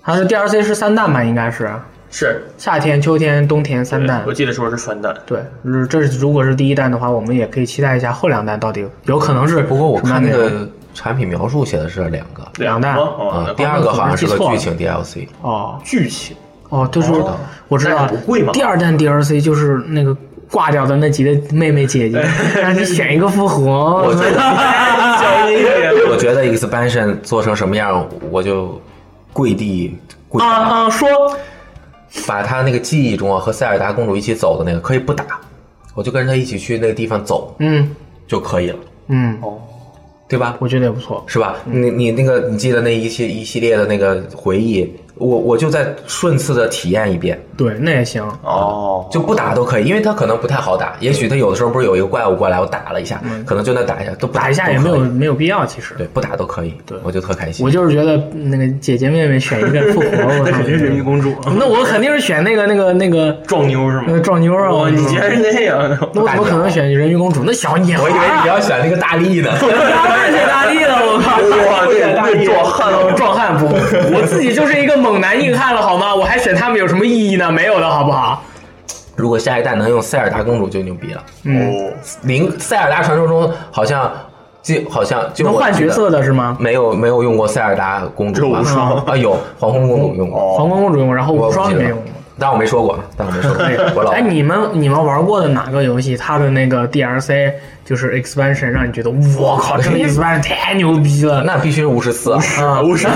A: 它的 DLC 是三弹吧，应该是
B: 是
A: 夏天、秋天、冬天三弹
B: 对我。记得说是三弹，
A: 对，如这是如果是第一弹的话，我们也可以期待一下后两弹到底有可能是
C: 不过我
A: 什么
C: 看
A: 样的
C: 那
A: 内容
C: 个产品描述写的是两个，
A: 两弹
B: 吗哦，
C: 啊
B: 那，
C: 第二个好像是个剧情 DLC，
A: 哦
B: 剧情
A: 哦，就是
C: 道
A: 我知道
B: 但是不贵嘛
A: 第二弹 DLC 就是那个挂掉的那几个妹妹 姐姐，让你选一个复活。
C: 我觉得
B: 交易
C: 我觉得 expansion 做成什么样，我就跪地跪
A: 啊
C: 拜。
A: 啊，说
C: 把他那个记忆中啊和塞尔达公主一起走的那个可以不打，我就跟着他一起去那个地方走
A: 嗯
C: 就可以了，
A: 嗯，
B: 哦
C: 对吧？
A: 我觉得也不错。
C: 是吧？你你那个你记得那一系一系列的那个回忆，我我就再顺次的体验一遍，
A: 对，那也行。
B: 哦，
C: 就不打都可以，因为他可能不太好打，也许他有的时候不是有一个怪物过来，我打了一下，可能就那打一下，都不
A: 打一下也
C: 都
A: 没
C: 可以
A: 有没有必要，其实
C: 对，不打都可以，对我就特开心
A: 我。就是觉得那个姐姐妹妹选一个复活，我
B: 那
A: 操
B: 肯定是人鱼公主
A: 那我肯定是选那个那个那个
B: 壮妞是吗？
A: 啊那个壮妞啊！
B: 哇，
A: 我
B: 你竟然是那样的，
A: 那我怎么可能选人鱼公主？那小女孩儿，啊
C: 啊我以为你要选那个大力呢，
A: 太选大力了，我靠！
B: 哇，那
A: 大
B: 那壮汉
A: 我壮汉不，我自己就是一个猛男硬汉了，好吗？我还选他们有什么意义呢？没有的，好不好？
C: 如果下一代能用塞尔达公主就牛逼了。
B: 哦，
C: 零塞尔达传说中好像就好像就
A: 能
C: 我
A: 换
C: 记
A: 角
C: 得
A: 色的是吗？
C: 没有没有用过塞尔达公主吧
B: 只有无双
C: 啊有黄昏公主用过，
A: 皇
B: 哦，
A: 冠公主用过，然后无
C: 我不
A: 双
C: 记
A: 你
C: 得
A: 没
C: 了
A: 用过。
C: 但我没说过，但我没说过，我老
A: 哎，你们你们玩过的哪个游戏，它的那个 DLC 就是 expansion，让你觉得我靠，
C: 哎
A: 这个 expansion 太牛逼了？
C: 那必须是五十四，
A: 啊，
B: 五十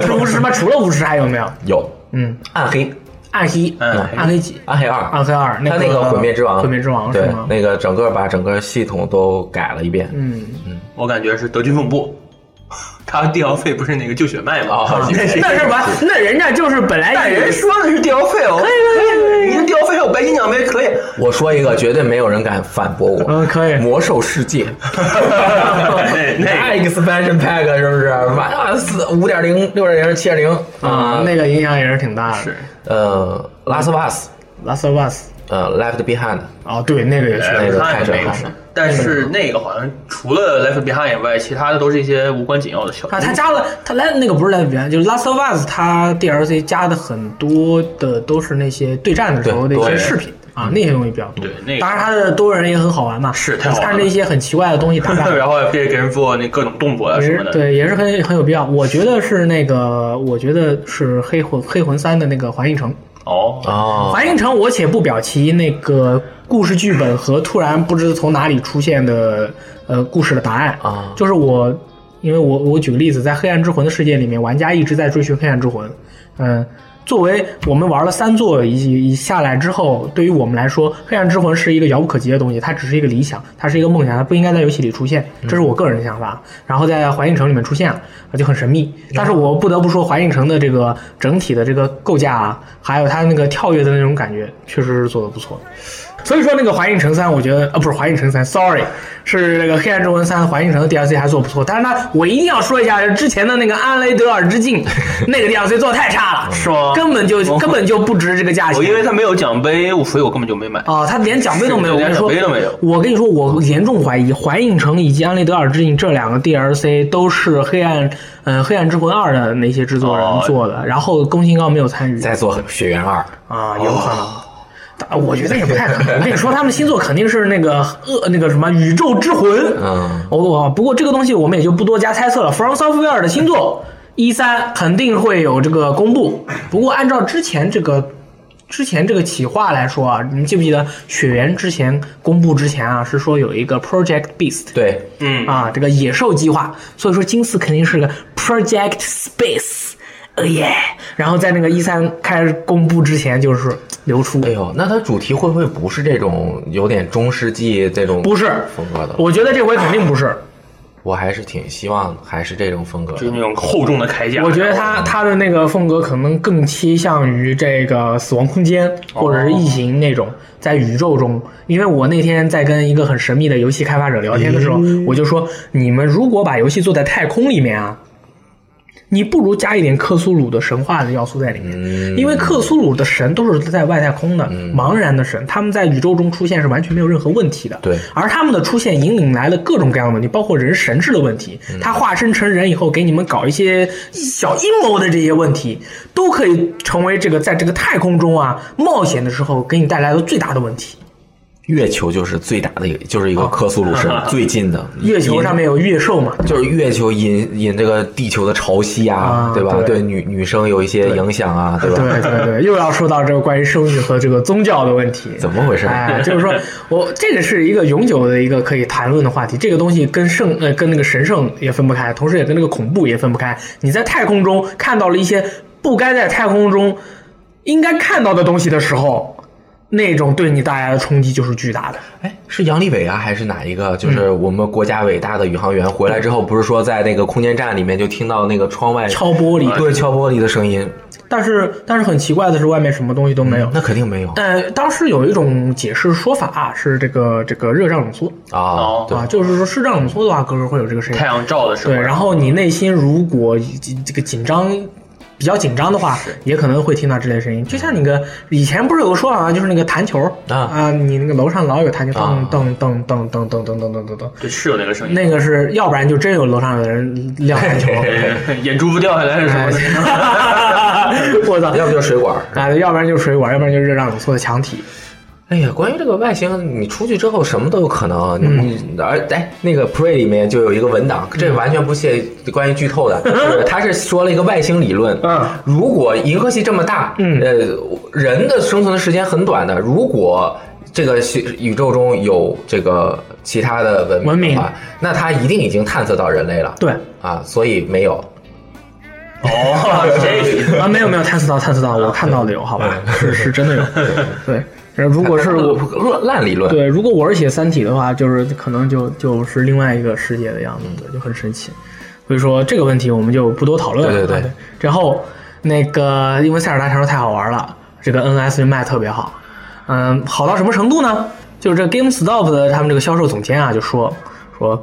A: 这巫师吗？ 除了巫师还有没有？
C: 有
A: 嗯，
C: 暗黑
A: 暗黑，
B: 嗯
A: 暗黑几？
C: 暗黑二
A: 暗黑二，
C: 他
A: 那
C: 个毁灭之王
A: 毁灭之王是
C: 对
A: 吗？
C: 那个整个把整个系统都改了一遍
A: 嗯，
B: 我感觉是德军总部，他 DLC 不是那个救血脉吗？
C: 啊
B: 那是
A: 那是吧？那人家就是本来
B: 但人
A: 也是
B: 说的是 DLC 哦，你的 DLC 还有白金奖杯可以，
C: 我说一个，绝对没有人敢反驳 我。
A: 嗯可以
C: 魔兽 世界，
B: 那那
C: expansion pack 是不是？哇，四五点零、六点零、七点零
A: 啊，那个影响也是挺大的。
B: 是
C: 呃，Last of Us，
A: Last of Us，
C: 呃，Left Behind，
A: 哦，对，那个也是。
C: 那个
B: 看
C: 太
B: 着
C: 震
B: 没
C: 撼
B: 有
C: 了
B: 什么，但是那个好像除了 Left Behind 以外，其他的都是一些无关紧要的小。嗯
A: 啊，他加了他来那个不是来源，就是 Last of Us，它 DLC 加的很多的都是那些对战的时候的
C: 对
A: 一些
C: 对
A: 视频啊，那些东西比较多。
B: 对那个
A: 当然它的多人也很好玩嘛，
B: 是
A: 你
B: 太好玩
A: 看
B: 了
A: 这些很奇怪的东西打扮，
B: 然后也可以给人做那各种动作啊
A: 也
B: 什
A: 是
B: 么的。
A: 对，也是很很有必要。我觉得是那个，我觉得是黑魂黑魂三的那个环形城。
B: 哦，
A: 啊
C: 哦，
A: 环形城，我且不表其那个故事剧本和突然不知从哪里出现的呃故事的答案
C: 啊
A: 就是我，因为我我举个例子，在黑暗之魂的世界里面，玩家一直在追寻黑暗之魂，嗯、作为我们玩了三座一一下来之后，对于我们来说，《黑暗之魂》是一个遥不可及的东西，它只是一个理想，它是一个梦想，它不应该在游戏里出现，这是我个人的想法。然后在环影城里面出现了，啊就很神秘。但是我不得不说，环影城的这个整体的这个构架啊，还有它那个跳跃的那种感觉，确实是做的不错的。所以说，那个《环影城三》，我觉得啊，不是《环影城三》，sorry，是那个《黑暗之魂三》《环影城》的 DLC 还做得不错。但是呢，我一定要说一下之前的那个《安雷德尔之 境》，那个 DLC 做得太差了，
B: 是吗
A: 根本就
B: 哦
A: 根本就不值这个价钱。
B: 我因为它没有奖杯，我所以我根本就没买。
A: 啊，他连奖杯都没 有，我
B: 是
A: 跟你说，
B: 连奖杯都没有
A: 我跟你说，我严重怀疑《环影城》以及《安雷德尔之影》这两个 DLC 都是《黑暗》呃《黑暗之魂二》的那些制作人
B: 哦
A: 做的，然后宫崎高没有参与
C: 再做《血缘二》，
A: 啊，有可能。
B: 哦
A: 但我觉得也不太可能。我跟你说，他们新作肯定是那个恶、那个什么宇宙之魂。
C: 嗯，
A: 我、我哦不过这个东西我们也就不多加猜测了。From Software 的新作一三肯定会有这个公布。不过按照之前这个之前这个企划来说啊，你们记不记得雪原之前公布之前啊，是说有一个 Project Beast
C: 对，
B: 嗯，
A: 啊，这个野兽计划，所以说金四肯定是个 Project Space，哦耶！然后在那个一三开始公布之前，就是流出
C: 哎，呦，那它主题会不会不是这种有点中世纪这种
A: 不是
C: 风格的？
A: 我觉得这回肯定不是，
C: 我还是挺希望还是这种风格的
B: 就是那种厚重的铠甲。
A: 我觉得他他的那个风格可能更倾向于这个《死亡空间》或者是《异形》那种在宇宙中。因为我那天在跟一个很神秘的游戏开发者聊天的时候，我就说，你们如果把游戏做在太空里面啊，你不如加一点克苏鲁的神话的要素在里面，因为克苏鲁的神都是在外太空的茫然的神，他们在宇宙中出现是完全没有任何问题的。
C: 对
A: 而他们的出现引领来了各种各样的问题，包括人神智的问题。他化身成人以后，给你们搞一些小阴谋的这些问题，都可以成为这个在这个太空中啊冒险的时候给你带来的最大的问题。
C: 月球就是最大的一个，就是一
A: 啊
C: 个克苏 鲁神、最近的
A: 月球上面有月兽嘛，
C: 就是月球引引这个地球的潮汐啊，
A: 啊
C: 对吧？
A: 对
C: 女女生有一些影响啊，对吧？
A: 对对对，又要说到这个关于生育和这个宗教的问题。
C: 怎么回事？
A: 哎，就是说我这个是一个永久的一个可以谈论的话题，这个东西跟圣呃跟那个神圣也分不开，同时也跟那个恐怖也分不开。你在太空中看到了一些不该在太空中应该看到的东西的时候，那种对你带来的冲击就是巨大的。
C: 哎，是杨利伟啊，还是哪一个？就是
A: 嗯
C: 我们国家伟大的宇航员回来之后，不是说在那个空间站里面就听到那个窗外
A: 敲玻璃
C: 对敲玻璃的声音？
A: 但是但是很奇怪的是，外面什么东西都没有。
C: 那肯定没有
A: 呃，当时有一种解释说法、啊、是这个这个热胀冷缩
C: 啊
B: 哦，
C: 对
A: 啊，就是说是胀冷缩的话，可是会有这个声音。
B: 太阳照的时候，
A: 对，然后你内心如果紧这个紧张。比较紧张的话，也可能会听到这类声音。就像你个以前不是有个说法吗？就是那个弹球
C: 啊
A: 你那个楼上老有弹球，
C: 啊
A: 噔噔噔噔噔噔噔噔噔噔噔，
B: 对是有那个声音，
A: 那个是要不然就真有楼上有人撂弹球，
B: 呃 眼珠子掉下来是什么
A: 哎
B: 的。
A: 我操！
C: 要不就是水管。
A: 啊，要不然就是水管，要不然就是热胀冷缩的墙体。
C: 哎呀，关于这个外星，你出去之后什么都有可能。
A: 嗯
C: 你而哎，那个 Pre 里面就有一个文档，这完全不屑关于剧透 的，就是他是说了一个外星理论。
A: 嗯，
C: 如果银河系这么大，
A: 嗯
C: 呃，人的生存的时间很短的，如果。这个宇宇宙中有这个其他的文
A: 文
C: 明
A: 明
C: 的话，那它一定已经探测到人类了。
A: 对
C: 啊，所以没有。
B: 哦， 这个意思
A: 啊，没有没有，探测到探测到，我看到的有，好吧，
C: 嗯
A: 是是真的 有。对，然后如果是我
C: 烂烂理论，
A: 对，如果我是写《三体》的话，就是可能就就是另外一个世界的样子，对，就很神奇。所以说这个问题我们就不多讨论了。
C: 对对对
A: 啊然后那个，因为塞尔达传说太好玩了，这个 NS 卖特别好，嗯，好到什么程度呢？就是这 GameStop 的他们这个销售总监啊，就说说，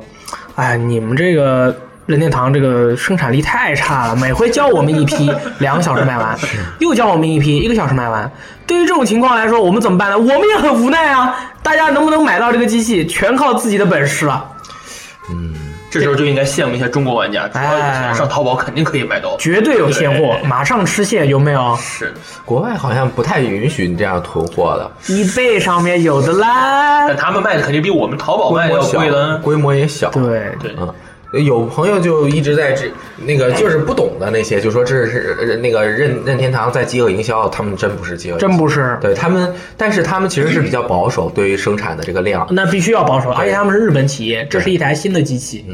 A: 哎，你们这个任天堂这个生产力太差了，每回教我们一 批，两个小时卖完，又教我们一批，一个小时卖完。对于这种情况来说，我们怎么办呢？我们也很无奈啊！大家能不能买到这个机器，全靠自己的本事了。
B: 这时候就应该羡慕一下中国玩家，只要有
A: 哎
B: 钱上淘宝肯定可以买到。
A: 绝对有现货，马上吃蟹，有没有？
B: 是的，
C: 国外好像不太允许你这样囤货的。
A: eBay 上面有的啦
B: 但。他们卖的肯定比我们淘宝卖的要贵了。
C: 规模也小。
A: 对，
B: 对，
C: 嗯，有朋友就一直在这那个就是不懂的那些，就说这是呃那个任任天堂在饥饿营销，他们真不是饥饿，
A: 真不。是，
C: 对他们，但是他们其实是比较保守，对于生产的这个量，
A: 那必须要保守，而且他们是日本企
C: 嗯
A: 业，这是一台新的机器。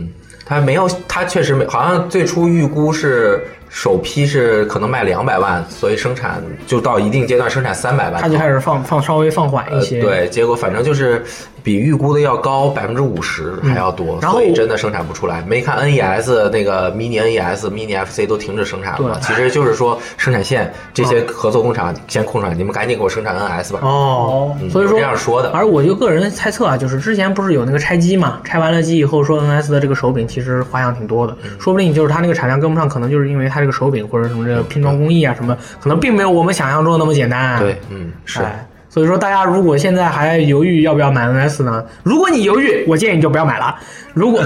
C: 他没有，他确实没，好像最初预估是首批是可能卖两百万，所以生产就到一定阶段生产三百万
A: 它
C: 套，
A: 就开始放放稍微放缓一
C: 呃
A: 些。。
C: 对，结果反正就是比预估的要高百分之五十还要多，
A: 嗯然后
C: 所以真的生产不出来。没看 NES 那个 Mini NES、Mini FC 都停止生产了，
A: 对
C: 其实就是说生产线这些合作工厂先空出来，你们赶紧给我生产 NS 吧。
A: 哦，
C: 嗯
A: 所以
C: 有
A: 说
C: 这样说的
A: 而我就个人猜测啊，就是之前不是有那个拆机嘛，拆完了机以后说 NS 的这个手柄其实花样挺多
C: 嗯
A: 的，说不定就是它那个产量跟不上，可能就是因为它这个手柄或者什么这个拼装工艺啊什么，可能并没有我们想象中的那么简单、啊。
C: 对，嗯，是。
A: 哎所以说，大家如果现在还犹豫要不要买 NS 呢？如果你犹豫，我建议你就不要买了。如果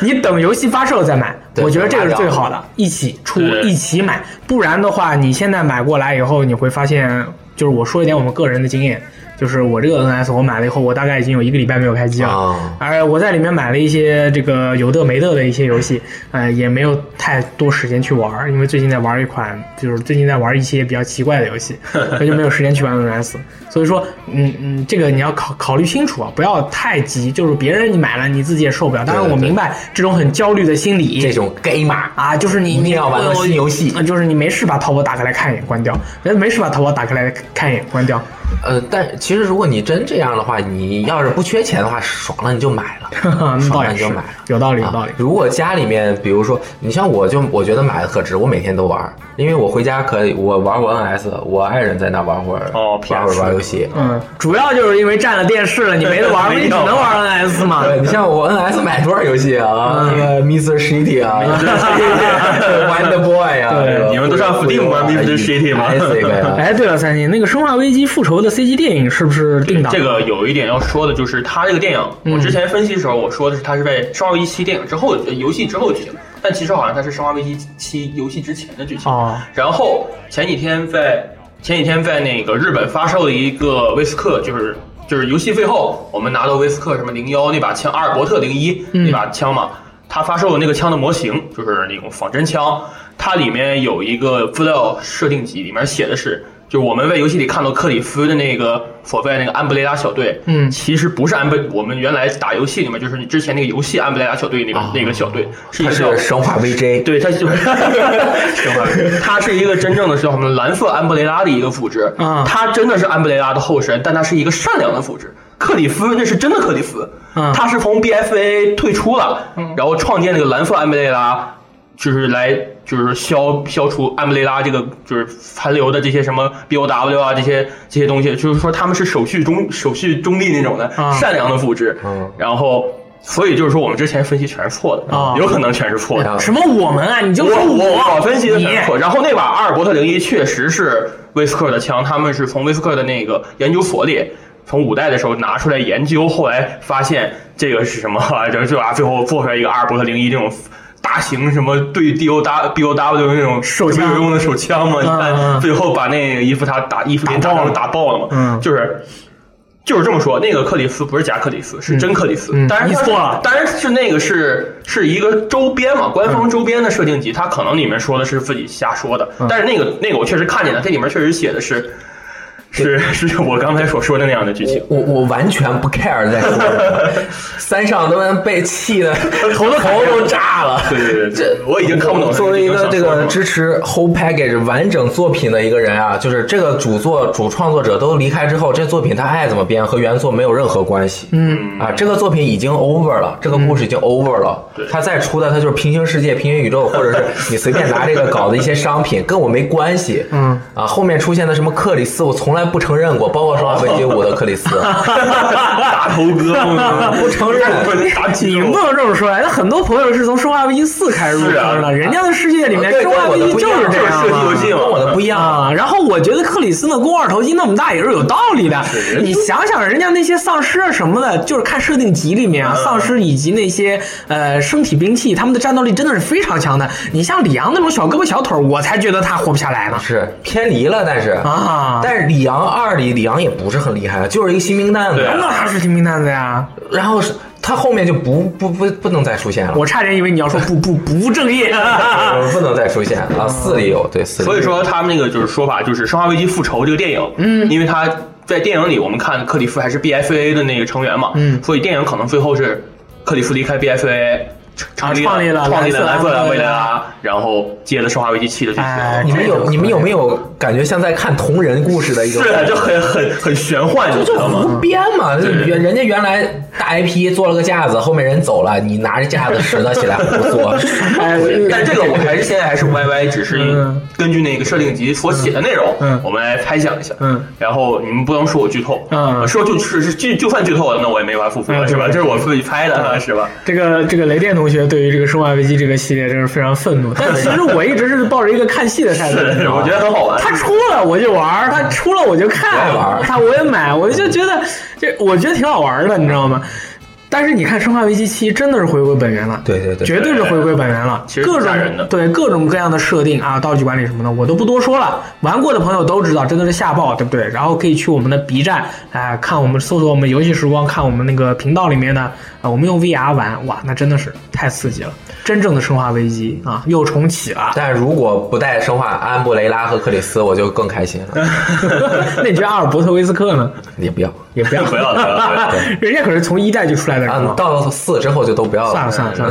A: 你等游戏发售再买，
C: 对
A: 我觉得这个是最好的，一起出
B: 对
A: 一起买。不然的话，你现在买过来以后，你会发现，就是我说一点我们个人的经验，就是我这个 NS 我买了以后，我大概已经有一个礼拜没有开机了。
C: 啊
A: 而哎我在里面买了一些这个有的没的的一些游戏，呃，也没有太多时间去玩儿，因为最近在玩一款，就是最近在玩一些比较奇怪的游 戏，所以就没有时间去玩 NS。所以说，嗯嗯，这个你要考考虑清楚啊，不要太急，就是别人你买了你自己也受不了。当然
C: 对对
A: 我明白这种很焦虑的心理，
C: 这种 gay 码
A: 啊，就是你
C: 一定
A: 你
C: 要玩个新游戏
A: 呃就是你没事把淘宝打开来看一眼关掉，人没事把淘宝打开来看一眼关掉。
C: 呃，但其实如果你真这样的话，你要是不缺钱的话，爽了你就买了，
A: 啊那
C: 爽
A: 倒
C: 了
A: 也
C: 你就是买了，。
A: 有道理，有
C: 啊
A: 道理。
C: 如果家里面，比如说，你像我就我觉得买的可值，我每天都玩儿，因为我回家可以我玩会儿 NS，我爱人在那玩会儿，
B: 哦
C: 玩会
B: PS
C: 儿玩游戏。
A: 嗯，主要就是因为占了电视了，你没得玩，你只能玩 NS 嘛。
C: 对你像我 NS 买多少游戏啊？
A: 嗯
C: 那个 Mr. Shitty 啊 ，Wonder Boy 啊，
A: 对
C: 这个
B: 你们都上 Steam 玩 Mr. Shitty 吗
C: Isaac 啊
A: 哎，对了，三星那个《生化危机：复仇》的 CG 电影是不是定档？
B: 这个有一点要说的就是，它这个电影，我之前分析的时候我说的是它是在《生化危机七》电影之后呃游戏之后的剧情，但其实好像它是《生化危机七》游戏之前的剧情。
A: 哦
B: 然后前几天在前几天在那个日本发售的一个威斯克，就是就是游戏最后我们拿到威斯克什么零幺那把枪，阿尔伯特零一
A: 嗯
B: 那把枪嘛，它发售的那个枪的模型就是那种仿真枪，它里面有一个资料设定集，里面写的是。就是我们在游戏里看到克里夫的那个所在那个安布雷拉小队，
A: 嗯
B: 其实不是安布，我们原来打游戏里面就是你之前那个游戏安布雷拉小队那个、
C: 哦
B: 那个小队，是一
C: 它
B: 个
C: 是
B: 叫
C: 《生化危机》。
B: 对，它就是，它是一个真正的是叫什么蓝色安布雷拉的一个复制
A: 啊
B: 它真的是安布雷拉的后身，但它是一个善良的复制。克里夫那是真的克里夫
A: 嗯，
B: 他是从 BFA 退出了，然后创建那个蓝色安布雷拉，就是来就是消消除安布雷拉这个就是残留的这些什么 BOW 啊这些这些东西，就是说他们是手续中 手续中立那种的
A: 啊
B: 善良的复制
C: 嗯，
B: 然后。所以就是说，我们之前分析全是错的，
A: 啊
B: 有可能全是错的。
C: 然后
A: 什么我们啊？你就说
B: 我我分析的
A: 你
B: 没错。然后那把阿尔伯特零一确实是威斯克的枪，他们是从威斯克的那个研究所里。从五代的时候拿出来研究，后来发现这个是什么，然后就把最后做出来一个阿尔伯特零一这种大型什么对 D O W B O W 的那种
A: 手枪
B: 没有用的手枪嘛，你
A: 嗯嗯
B: 看最后把那个伊芙塔打伊芙琳
A: 打
B: 打
A: 爆了
B: 打爆了嘛，
A: 嗯
B: 就是就是这么说，那个克里斯不是假克里斯，是真克里斯。
A: 嗯
B: 当然
A: 你
B: 它
A: 错了
B: 当然是那个是是一个周边嘛，官
C: 嗯
B: 方周边的设定集，它可能里面说的是自己瞎说的，但是那个那个我确实看见了，这里面确实写的是是是我刚才所说的那样的剧情。
C: 我我完全不 care 在说什 么，三上都被气的头都头都炸了。
B: 对对对，
C: 这
B: 我已经看不懂。
C: 作为一个这个
B: 知
C: 支持 whole package 完整作品的一个人啊，就是这个主作主创作者都离开之后，这作品他爱怎么编和原作没有任何关系。嗯啊，这个作品已经 over 了，这个故事已经 over 了。
B: 嗯对
C: 他再出的他就是平行世界、平行宇宙，或者 是你随便拿这个搞的一些商品，跟我没关系。
A: 嗯
C: 啊，后面出现的什么克里斯，我从来不承认过，包括《生化危机五》的克 里斯。
B: 大头 哥嘛，
C: 不承认
B: 打肌
A: 你们
B: 肉
A: 不。能这么说呀！那很多朋友是从《生化危机四》开始入坑
B: 是
A: 的，
B: 啊
A: 人家的世界里面《
C: 对
A: 生
C: 跟
A: 化
C: 我
A: 危
C: 的
A: 机》
C: 不一样
A: 是这样
B: 就是
A: 嘛
B: 射击游戏嘛
C: 跟我 的不一样啊。
A: 啊，然后我觉得克里斯那肱二头肌那么大也是有道理的。你想想，人家那些丧尸啊什么的，就是看设定集里面
B: 嗯
A: 啊，丧尸以及那些呃身体兵器，他们的战斗力真的是非常强的。你像李阳那种小胳膊小腿儿，我才觉得他活不下来呢。
C: 是偏离了，但是
A: 啊
C: 但是里昂二里里昂也不是很厉害，就是一个新兵蛋子
B: 对。
A: 那他是新兵蛋子呀！
C: 然后是他后面就不不不不能再出现了，
A: 我差点以为你要说不不不务正 业。
C: 呃不能再出现啊！四里有对四里有，
B: 所以说他们那个就是说法，就是《生化危机：复仇》这个电影，嗯，因为他在电影里我们看克里夫还是 BFA 的那个成员嘛，
A: 嗯
B: 所以电影可能最后是克里夫离开 BFA，成立
A: 啊创立了
B: 了创立了
A: 蓝
B: 蓝
A: 色
B: 色
A: 蓝
B: 蓝
A: 未
B: 未
A: 来
B: 来啊，然后接的生化危机七的剧情。
A: 哎
C: 你们
A: 这
C: 有
A: 就
C: 你们有
A: 可以
C: 没有感觉像在看同人故事的一个？
B: 是啊就很很很玄幻，你知
C: 就
B: 道吗？
C: 胡编嘛，原人家原来大 IP 做了个架子，后面人走了，你拿着架子拾掇起来胡 做，
A: 哎，
B: 但这个我还是现在还是 YY，只是
A: 嗯
B: 根据那个设定集所写的内容，
A: 嗯
B: 我们来猜想一下。
A: 嗯，
B: 然后你们不能说我剧透，呃
A: 嗯
B: 说就是是就就算剧透了，那我也没法负责，
A: 嗯
B: 是吧？
A: 对嗯
B: 这是我自己拍的，啊是吧？
A: 这个这个雷电同学对于这个《生化危机》这个系列真是非常愤怒，但其实我一直是抱着一个看戏的态度，你知
B: 是，
A: 道吗
B: 我觉得很好玩。
A: 他出了我就玩儿，他出了我就看，
C: 我也玩儿
A: 他我也买，我就觉得这我觉得挺好玩儿的，你知道吗？但是你看《生化危机七》真的是回归本源了，
C: 对对对
A: 绝对是回归本源了
B: 其，实挺
A: 各种
B: 吓人的
A: 对各种各样的设定啊，道具管理什么的，我都不多说了，玩过的朋友都知道，真的是吓爆，对不对？然后可以去我们的 B 站，哎、看我们搜索我们游戏时光，看我们那个频道里面的啊、我们用 VR 玩，哇，那真的是太刺激了，真正的《生化危机》啊，又重启了。
C: 但如果不带生化安布雷拉和克里斯，我就更开心
A: 嗯
C: 了，
A: 那你觉得阿尔伯特威斯克呢？
C: 也不要。
A: 也不要
B: 不要不要不要
A: 人家可是从一代就出来的人
C: 啊，
A: 了。
C: 到四之后就都不要
A: 嗯算了
C: 了。
A: 算了算了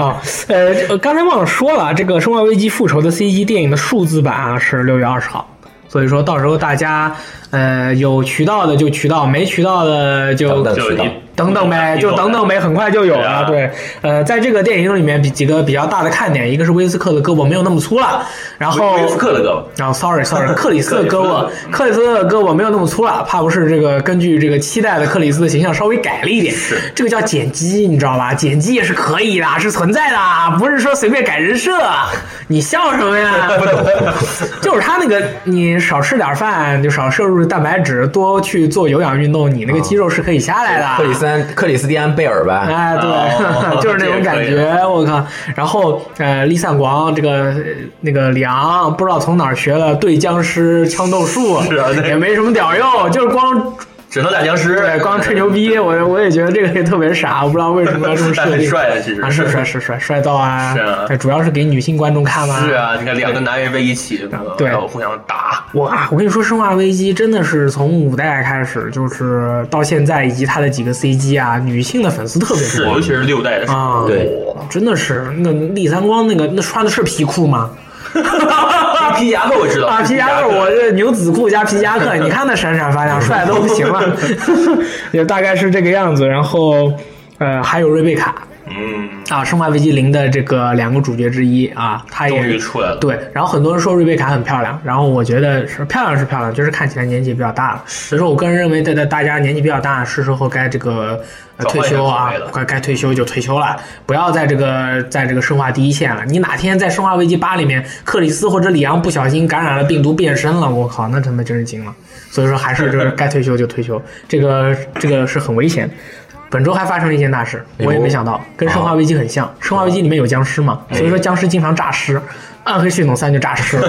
A: 啊！呃，这呃刚才忘了说了，这个《生化危机：复仇》的 CG 电影的数字版啊是六月二十号，所以说到时候大家呃有渠道的就渠道，没渠道的就
C: 等等
B: 就
C: 渠道
B: 你
A: 等等呗，
B: 你
A: 就等等呗，很快就有了。
B: 对啊
A: 对，呃，在这个电影里面比几个比较大的看点，一个是威斯克的胳膊没有那么粗了，然后
B: 威斯克的胳膊。
A: 然后 sorry sorry，克啊 里斯的胳膊
B: 克里斯，
A: 克里斯的胳膊没有那么粗了，怕不是这个根据这个期待的克里斯的形象稍微改了一点，这个叫剪辑，你知道吧？剪辑也是可以的，是存在的，不是说随便改人设。 你笑什么呀？ 不懂，就是他那个，你少吃点饭，就少摄入蛋白质，多去做有氧运动，你那个肌肉是可以下来的。
C: 克里斯安克里斯蒂安贝尔呗，
A: 哎，对，
B: 哦
A: 就是那种感觉，我靠。然后呃，李散光这个呃那个里昂不知道从哪儿学了对僵尸枪斗术，
B: 是啊对
A: 也没什么屌用，就是光
B: 只能打僵尸，
A: 对光吹牛逼。我我也觉得这个也特别傻，我不知道为什么要这么设
B: 但很
A: 定。
B: 帅啊，其实
A: 啊，是帅是帅，帅到啊！
B: 是啊
A: 对主要是给女性观众看嘛。
B: 是啊，你看两个男人在一起，
A: 对
B: 然后互相打，
A: 我啊，我跟你说，《生化危机》真的是从五代开始，就是到现在，以及它的几个 CG 啊，女性的粉丝特别
B: 是
A: 多
B: 尤其是六代的时
A: 啊
B: 候，。
C: 对
B: 哇
A: 真的是那李三光那个那穿的是皮裤吗？
B: 皮夹克我知道
A: 啊，皮夹克，我这牛仔裤加皮夹克，你看那闪闪发亮，帅的都不行了， 也大概是这个样子。然后，呃，还有瑞贝卡
B: 嗯，
A: 啊，《生化危机零》的这个两个主角之一啊，她
B: 终于
A: 也
B: 出来了，
A: 对。然后很多人说瑞贝卡很漂亮，然后我觉得是漂亮是漂亮，就是看起来年纪比较大了。所以说我个人认为，大家大家年纪比较大，是时候该这个。呃
B: 转
A: 退
B: 换一下
A: 休啊
B: 口味了，
A: 该该退休就退休了，不要在这个在这个生化第一线了。你哪天在《生化危机八》里面，克里斯或者里昂不小心感染了病毒变身了，我靠，那他妈真是惊了。所以说，还是就是该退休就退休，这个这个是很危险的。本周还发生了一件大事，
C: 哎呦
A: 我也没想到，跟《生化危机》很像，生化危机》里面有僵尸嘛，所以说僵尸经常诈尸，《暗黑血统三》就诈尸 了，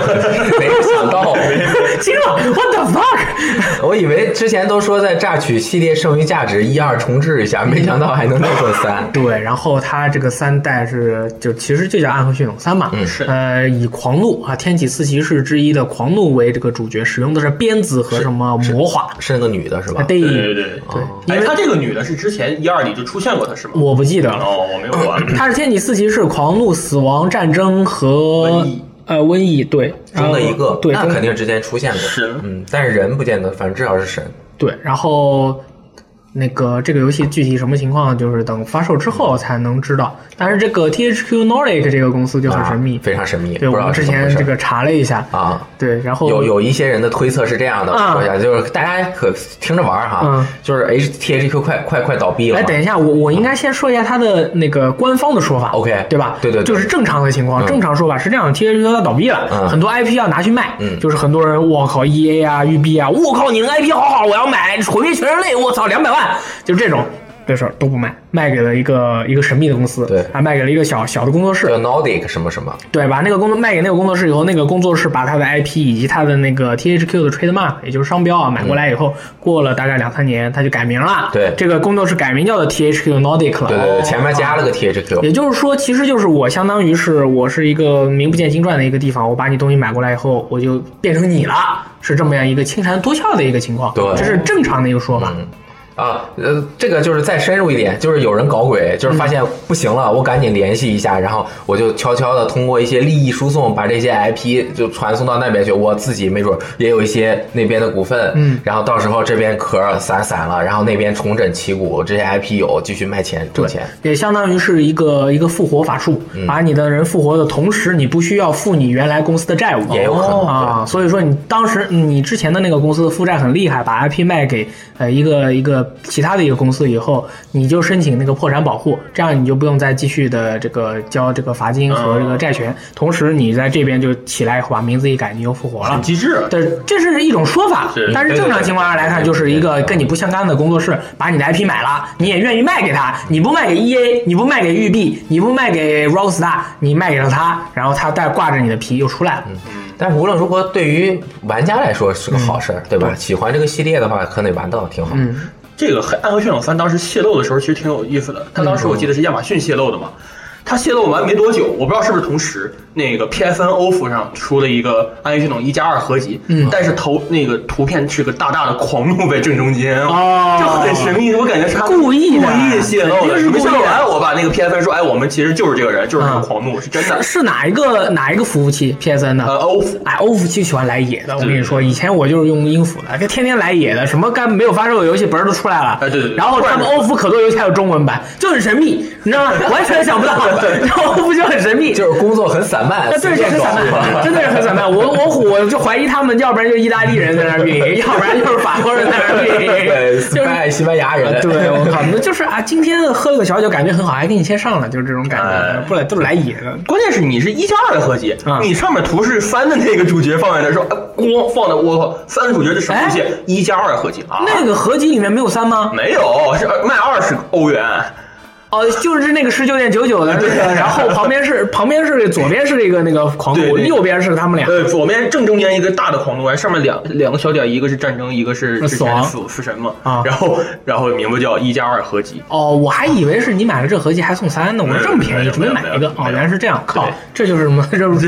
C: 没有想到，
A: 惊了，what the fuck！
C: 我以为之前都说在榨取系列剩余价值一二重置一下，没想到还能弄出 三。
A: 对，然后它这个三代是就其实就叫《暗黑血统三》嘛，
C: 嗯
B: 是
A: 呃，以狂怒啊，天启四骑士之一的狂怒为这个主角，使用的是鞭子和什么魔法，
C: 是那个女的是
A: 啊，
C: 吧？
A: 对，
B: 对对对对。
A: 因
B: 哎，
A: 为嗯
B: 她这个女的是之前一二里就出现过，她是吗？
A: 我不记得了，
B: 哦，我没有玩。
A: 他是天启四骑士、狂怒、死亡、战争和
B: 瘟疫
A: 呃瘟疫，对，
C: 中的一个
A: 呃，对，
C: 那
A: 中
C: 肯定之前出现过
B: 神，
C: 嗯，但是人不见得，反正至少是神。
A: 对，然后。那个这个游戏具体什么情况，就是等发售之后才能知道。但是这个 THQ Nordic 这个公司就很神秘
C: 啊，非常神秘，
A: 对
C: 不
A: 我
C: 知道
A: 们
C: 是
A: 之
C: 怎么回
A: 前这
C: 事
A: 个查了一下，
C: 啊。
A: 对，然后
C: 有有一些人的推测是这样的，
A: 哦啊
C: 我说一下，就是大家可听着玩儿哈，
A: 嗯
C: 就是 H T H Q 快快快倒闭了
A: 哎，
C: 嘛，
A: 等一下，我我应该先说一下他的那个官方的说法
C: OK
A: 对吧？
C: 对对对
A: 就是正常的情况，正常说法是这样：THQ 它倒闭了，
C: 嗯
A: 很多 IP 要拿去卖，
C: 嗯
A: 就是很多人，我靠，EA 啊、育碧啊，我靠，你的 IP 好好，我要买《毁灭全人类》，我操，两百万，就这种。这事儿都不卖，卖给了一个一个神秘的公司，
C: 对
A: 啊，卖给了一个小小的工作室，
C: 叫 Nordic 什么什么，
A: 对，把那个工作卖给那个工作室以后，那个工作室把他的 IP 以及他的那个 THQ 的 trademark，也就是商标啊，买过来以后，过了大概两三年，他就改名了。
C: 对
A: 这个工作室改名叫做 THQ Nordic 了。
C: 对对对，前面加了个 T H
A: 也
C: Q，
A: 就是说，其实就是我相当于是我是一个名不见经传的一个地方，我把你东西买过来以后，我就变成你了，是这么样一个轻缠多翘的一个情况，
C: 对
A: 这是正常的一个说法。
C: 啊，呃，这个就是再深入一点，就是有人搞鬼，就是
A: 嗯
C: 发现不行了，我赶紧联系一下，然后我就悄悄的通过一些利益输送，把这些 IP 就传送到那边去，我自己没准也有一些那边的股份，
A: 嗯
C: 然后到时候这边壳儿散散了，然后那边重整旗鼓，这些 IP 有继续卖钱挣钱，
A: 也相当于是一个一个复活法术，
C: 嗯
A: 把你的人复活的同时，你不需要付你原来公司的债务，
C: 也有可能
A: 啊。所以说你当时你之前的那个公司的负债很厉害，把 IP 卖给呃一个一个其他的一个公司以后，你就申请那个破产保护，这样你就不用再继续的这个交这个罚金和
C: 嗯
A: 这个债权，同时你在这边就起来把名字一改，你又复活了
B: 很。啊机智。
A: 对，这是一种说法
B: 是，
A: 但是正常情况下来看，就是一个跟你不相干的工作室把你的 IP 买了，你也愿意卖给他，你不卖给 EA，你不卖给育碧，你不卖给 Rockstar，你卖给了他，然后他再挂着你的皮又出来了。
B: 嗯
C: 但是无论如何，对于玩家来说是个
A: 嗯
C: 好事儿，对吧？喜欢这个系列的话，可能也玩到挺好。嗯，
B: 这个《暗黑血统三》当时泄露的时候，其实挺有意思的。它当时我记得是亚马逊泄露的嘛，它泄露完没多久，我不知道是不是同时，那个 PSN OFF 上出了一个《暗黑血统一加二》合集，嗯，但是头那个图片是个大大的狂怒在正中间，
A: 哦
B: 就很神秘，我感觉是他
A: 故意的
B: 故意泄露
A: 肯定
B: 的，
A: 是故
B: 没
A: 意的嗯
B: 泄露完，我把那个 PSN 说，哎，我们其实就是这个人，就是这个狂怒，是真的
A: 是，是哪一个哪一个服务器 PSN
B: 呃
A: 的？
B: ，OFF
A: 哎，欧服器喜欢来野的，我
B: 对
A: 跟你说，以前我就是用英服的，这天天来野的，什么干没有发售的游戏本儿都出来了。
B: 哎对对对
A: 然后他们
B: 怪不得
A: 欧服可多游戏还有中文版，就很神秘，你知道吗？完全想 不到，然后欧服就很神秘，
C: 就是工作很散漫，
A: 那对，
C: 随
A: 就
C: 便
A: 很
C: 搞
A: 散 漫，真的是很散漫。我我我就怀疑他们，要不然就是意大利人在那儿 运营，要不然就是法国人在那儿运
C: 对，
A: 营，
C: 西
A: 就
C: 班
A: 是。啊
C: 牙西班牙人，
A: 对，我靠，那就是啊，今天喝个小酒感觉很好，还给你先上了，就是这种感
B: 哎
A: 觉，不来都是来野的。
B: 关键是你是一加二的合集，
A: 啊
B: 你上面图是三的那个主角放在那儿说，哎咣放在我靠，三的主角是什么东西
A: 哎？
B: 一加二合集啊？
A: 那个合集里面没有三吗？
B: 没有，是呃卖二十欧元，
A: 哦，就是那个十九点九九的那个，然后旁边是旁边是左边是一个那个狂
B: 对
A: 舞，
B: 那个
A: 右边是他们俩。
B: 对，呃左边正中间一个大的狂怒哎丸，上面两两个小点，一个是战争，一个是
A: 是
B: 之
A: 死
B: 前
A: 亡
B: 死死神嘛，
A: 啊
B: 然后然后名字叫一加二合集，
A: 哦，我还以为是你买了这合集还送三呢，我说这么便
B: 没
A: 宜，
B: 有
A: 准备买一
B: 没
A: 个
B: 有没有。
A: 哦，
B: 没有
A: 原来是这样，靠
B: 对，
A: 这就是什么？这 不
B: 是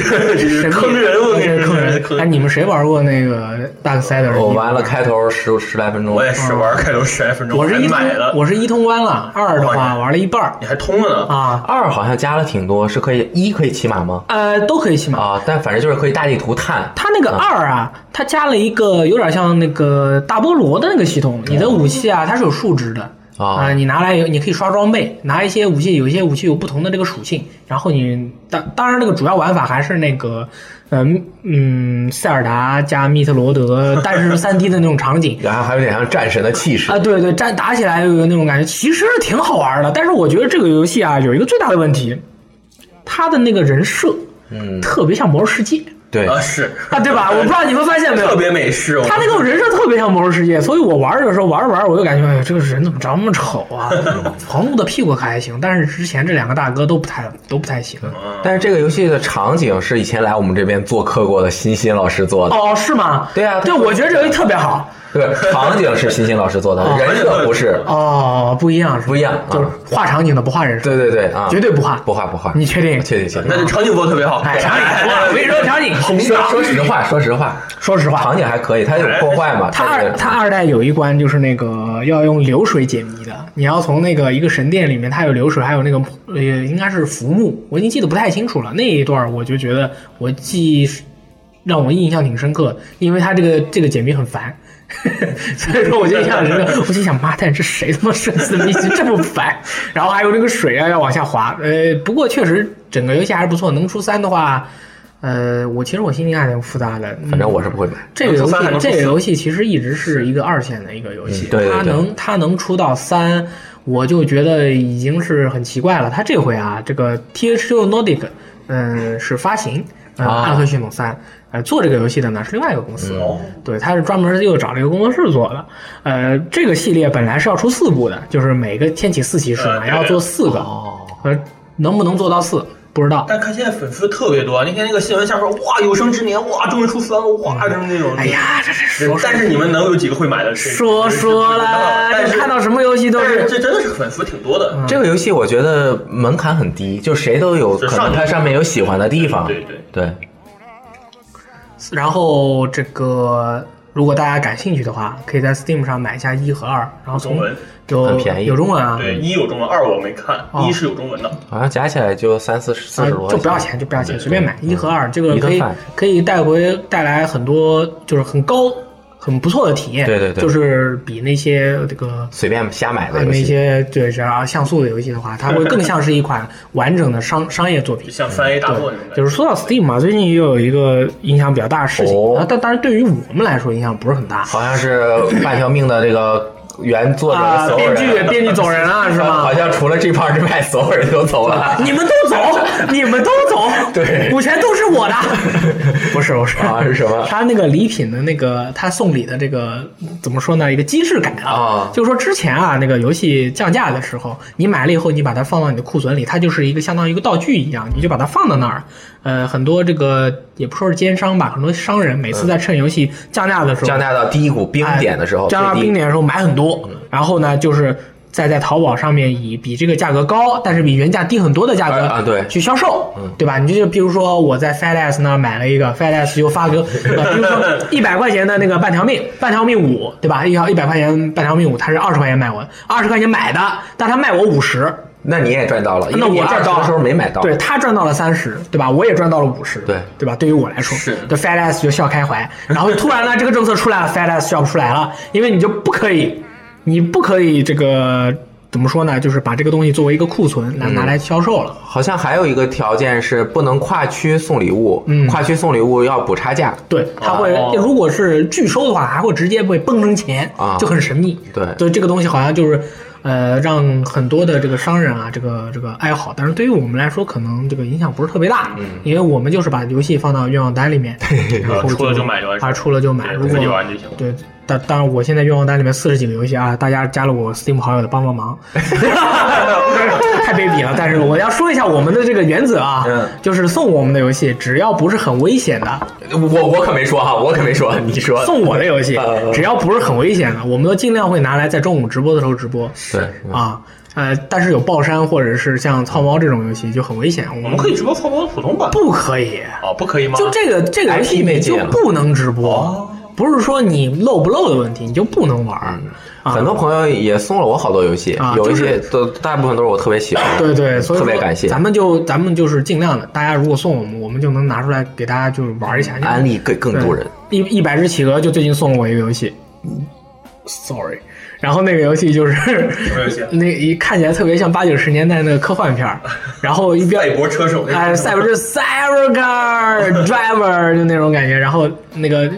A: 神秘
B: 坑人我跟你
A: 这是 坑
B: 说坑
A: 人。
B: 人
A: 哎，你们谁玩过那个 Dark Side？
C: 我玩哦了开头十十来分钟，
B: 我也是玩开头十来分
A: 嗯
B: 钟，
A: 我是一
B: 还
A: 通
B: 买了，
A: 我是一通关了，二的话玩了一半儿
B: 你还通了呢，
A: 啊，
C: 二好像加了挺多，是可以一可以骑马吗？
A: 呃，都可以骑马。
C: 啊，但反正就是可以大地图探，
A: 它那个二啊，它加了一个有点像那个大菠萝的那个系统，你的武器啊，它是有数值的。
C: 哦
A: 啊、你拿来有，你可以刷装备，拿一些武器，有一些武器有不同的这个属性，然后你当当然那个主要玩法还是那个，呃嗯，塞尔达加密特罗德，但是是三 D 的那种场 景，
C: 然后还有点像战神的气势
A: 啊，。对对，战打起来有那种感觉，其实是挺好玩的。但是我觉得这个游戏啊，有一个最大的问题，它的那个人设，
C: 嗯，
A: 特别像《魔兽世界》
C: 对，
B: 啊是
A: 啊，对吧？我不知道你们发现没
B: 特
A: 有。
B: 别美式，
A: 他那个人设特别像《魔兽世界》，所以我玩的时候玩着玩着，我就感觉，哎呀，这个人怎么长那么丑 啊？黄璐的屁股还行，但是之前这两个大哥都不太都不太行。
C: 但是这个游戏的场景是以前来我们这边做客过的欣欣老师做的，
A: 哦，是吗？
C: 对啊
A: 对，我觉得这游戏特别好。
C: 对，场景是欣欣老师做的，人设不是，
A: 哦，不一样，是吧
C: 不一样啊
A: 就是画场景的不画人设，
C: 对对对啊，
A: 绝对不画。
C: 不画不画，
A: 你确定？
C: 确定确定。
B: 那就场景做的特别好，
A: 哎， 场景，我跟你说，场景红
C: 说说实话，说实话，
A: 说实话，
C: 场景还可以，它有破坏嘛？
A: 他
C: 它有
A: 二哎他二代有一关就是那个要用流水解谜的，你要从那个一个神殿里面，它有流水，还有那个呃应该是浮木，我已经记得不太清楚了。那一段儿我就觉得我记忆让我印象挺深刻，因为它这个这个解谜很烦。 所以说，我就印象很深刻。我心想，妈蛋，这谁他妈设计的谜题这么烦？ 然后还有那个水啊，要往下滑。呃，不过确实整个游戏还是不错。能出三的话，呃，我其实我心里还挺复杂的。嗯
C: 反正我是不会买。
A: 这个游
B: 能
A: 戏
B: 出三还能，出
A: 这
B: 四
A: 个游戏其实一直是一个二线的一个游戏，
C: 嗯对对
A: 它
C: 对
A: 能它能出到三，我就觉得已经是很奇怪了。它这回啊，这个 THQ Nordic，嗯，是发行呃《
C: 啊
A: 暗黑血统三》，呃，做这个游戏的呢是另外一个公司，
B: 哦
A: 对，它是专门又找了一个工作室做的。呃，这个系列本来是要出四部的，就是每个天启四骑士嘛，
B: 呃哦
A: 要做四个，呃，能不能做到四不知道。
B: 但看现在粉丝特别多，那天那个新闻下说，哇，有生之年，哇，终于出三了，哇，就是那种。
A: 哎呀，这是说
B: 但是你们能有几个会买的？谁
A: 说说啦，
B: 但
A: 这
B: 是
A: 看到什么游戏都
B: 但
A: 是嗯
B: 是这真的是粉丝挺多的。
C: 这个游戏我觉得门槛很低，就谁都有
B: 就
C: 可
B: 上
C: 能，它上面有喜欢的地方。
B: 对对
C: 对
A: 然后这个如果大家感兴趣的话，可以在 Steam 上买一下一和二，然后
B: 中
A: 从
B: 文
A: 有
C: 很便宜
A: 有中文啊，
B: 对，一有中文，二我没看，
A: 哦
B: 一是有中文的。
C: 好像加起来就三四十四十多，
A: 啊就不要。钱，就不要钱，随便买一和二，这个
C: 一顿
A: 可以
C: 饭
A: 可以带回带来很多，就是很高、很不错的体验。
C: 对对对
A: 就是比那些这个
C: 随便瞎买
A: 啊
C: 的游
A: 那
C: 戏，
A: 些就是啊像素的游戏的话，它会更像是一款完整的商商业作品
B: 就。像三 A 大作那种感
A: 就
B: 觉。
A: 是说到 Steam 嘛，最近也有一个影响比较大的事情，
C: 哦
A: 啊但当然对于我们来说影响不是很大。
C: 好像是半条命的这个原作者
A: 啊
C: 的，所有
A: 编
C: 人，
A: 剧编剧走人了是吗
C: 好？像除了这胖之外，所有人都走了。
A: 你们都走，你们都走，
C: 对
A: 股权都是我的， 不是不是
C: 啊是什么
A: 他那个礼品的那个，他送礼的这个怎么说呢？一个机制改
C: 啊
A: 就是说之前啊，那个游戏降价的时候，你买了以后，你把它放到你的库存里，它就是一个相当于一个道具一样，你就把它放到那儿。呃，很多这个也不说是奸商吧，很多商人每次在趁游戏降价的时候，
C: 降价到第一股冰点的时候，嗯
A: 加哎大
C: 最低
A: 冰点的时候买很多，然后呢，就是再在淘宝上面以比这个价格高，但是比原价低很多的价格
C: 啊啊对嗯
A: 去销售，对吧？你就比如说我在 FedEx 那儿买了一个 FedEx 又 发给我，呃比如说一百块钱的那个半条命，半条命五，对吧？一条一百块钱半条命五，它是二十块钱卖我，二十块钱买的，但他卖我五十，
C: 那你也赚到了，因为
A: 那
C: 你
A: 我
C: 二
A: 赚
C: 十
A: 到
C: 的
A: 了
C: 时候没买到，
A: 对他赚到了三十，对吧？我也赚到了五十，
C: 对
A: 对吧？对于我来说，
B: 是
A: 对 FedEx 就笑开怀。然后突然呢，这个政策出来了，FedEx 笑不出来了，因为你就不可以，你不可以这个怎么说呢？就是把这个东西作为一个库存来拿
C: 嗯
A: 来销售了。
C: 好像还有一个条件是不能跨区送礼物，
A: 嗯
C: 跨区送礼物要补差价。
A: 对，他会、
B: 哦
A: 如果是拒收的话，还会直接被崩成钱，
C: 啊
A: 就很神秘。
C: 对
A: 就这个东西好像就是，呃，让很多的这个商人啊，这个这个爱好，但是对于我们来说，可能这个影响不是特别大，
C: 嗯
A: 因为我们就是把游戏放到愿望单 里面，然后
B: 出了就买就完事儿
A: 啊，出了就买，
B: 对
A: 如果
B: 自己玩就行
A: 对。但当然，我现在愿望单里面四十几个游戏啊，大家加了我 Steam 好友的帮帮 忙，太卑鄙了。但是我要说一下我们的这个原则啊，
C: 嗯
A: 就是送我们的游戏，只要不是很危险的，
C: 我我可没说哈，我可没说，你说
A: 送我的游 戏
C: 呃，
A: 只要不是很危险的，我们都尽量会拿来在中午直播的时候直播。
C: 对
A: 啊，呃，但是有爆山或者是像草猫这种游戏就很危险，我
B: 我们
A: 们
B: 可以直播操作普通版
A: 不可以？
B: 啊？不可以吗？
A: 就这个这个游戏你
C: IP 没
A: 就
C: 解了哦
A: 不能直播，不是说你漏不漏的问题，你就不能玩儿啊。
C: 嗯很多朋友也送了我好多游戏，
A: 啊
C: 有一
A: 就
C: 些
A: 是
C: 都大部分都是我特别喜欢的。
A: 对对，所以
C: 特别
A: 说
C: 感谢
A: 咱们就咱们就是尽量的，大家如果送我们，我们就能拿出来给大家就是玩一下，
C: 安利给更多人。
A: 一一百只企鹅就最近送了我一个游戏，sorry，然后那个游戏就是
B: 么游戏啊
A: 那一看起来特别像八九十年代那个科幻片 儿，然后一边
B: 赛博车手那种
A: 哎，赛博就是 Cybercar Driver 就那种感觉，然后那个。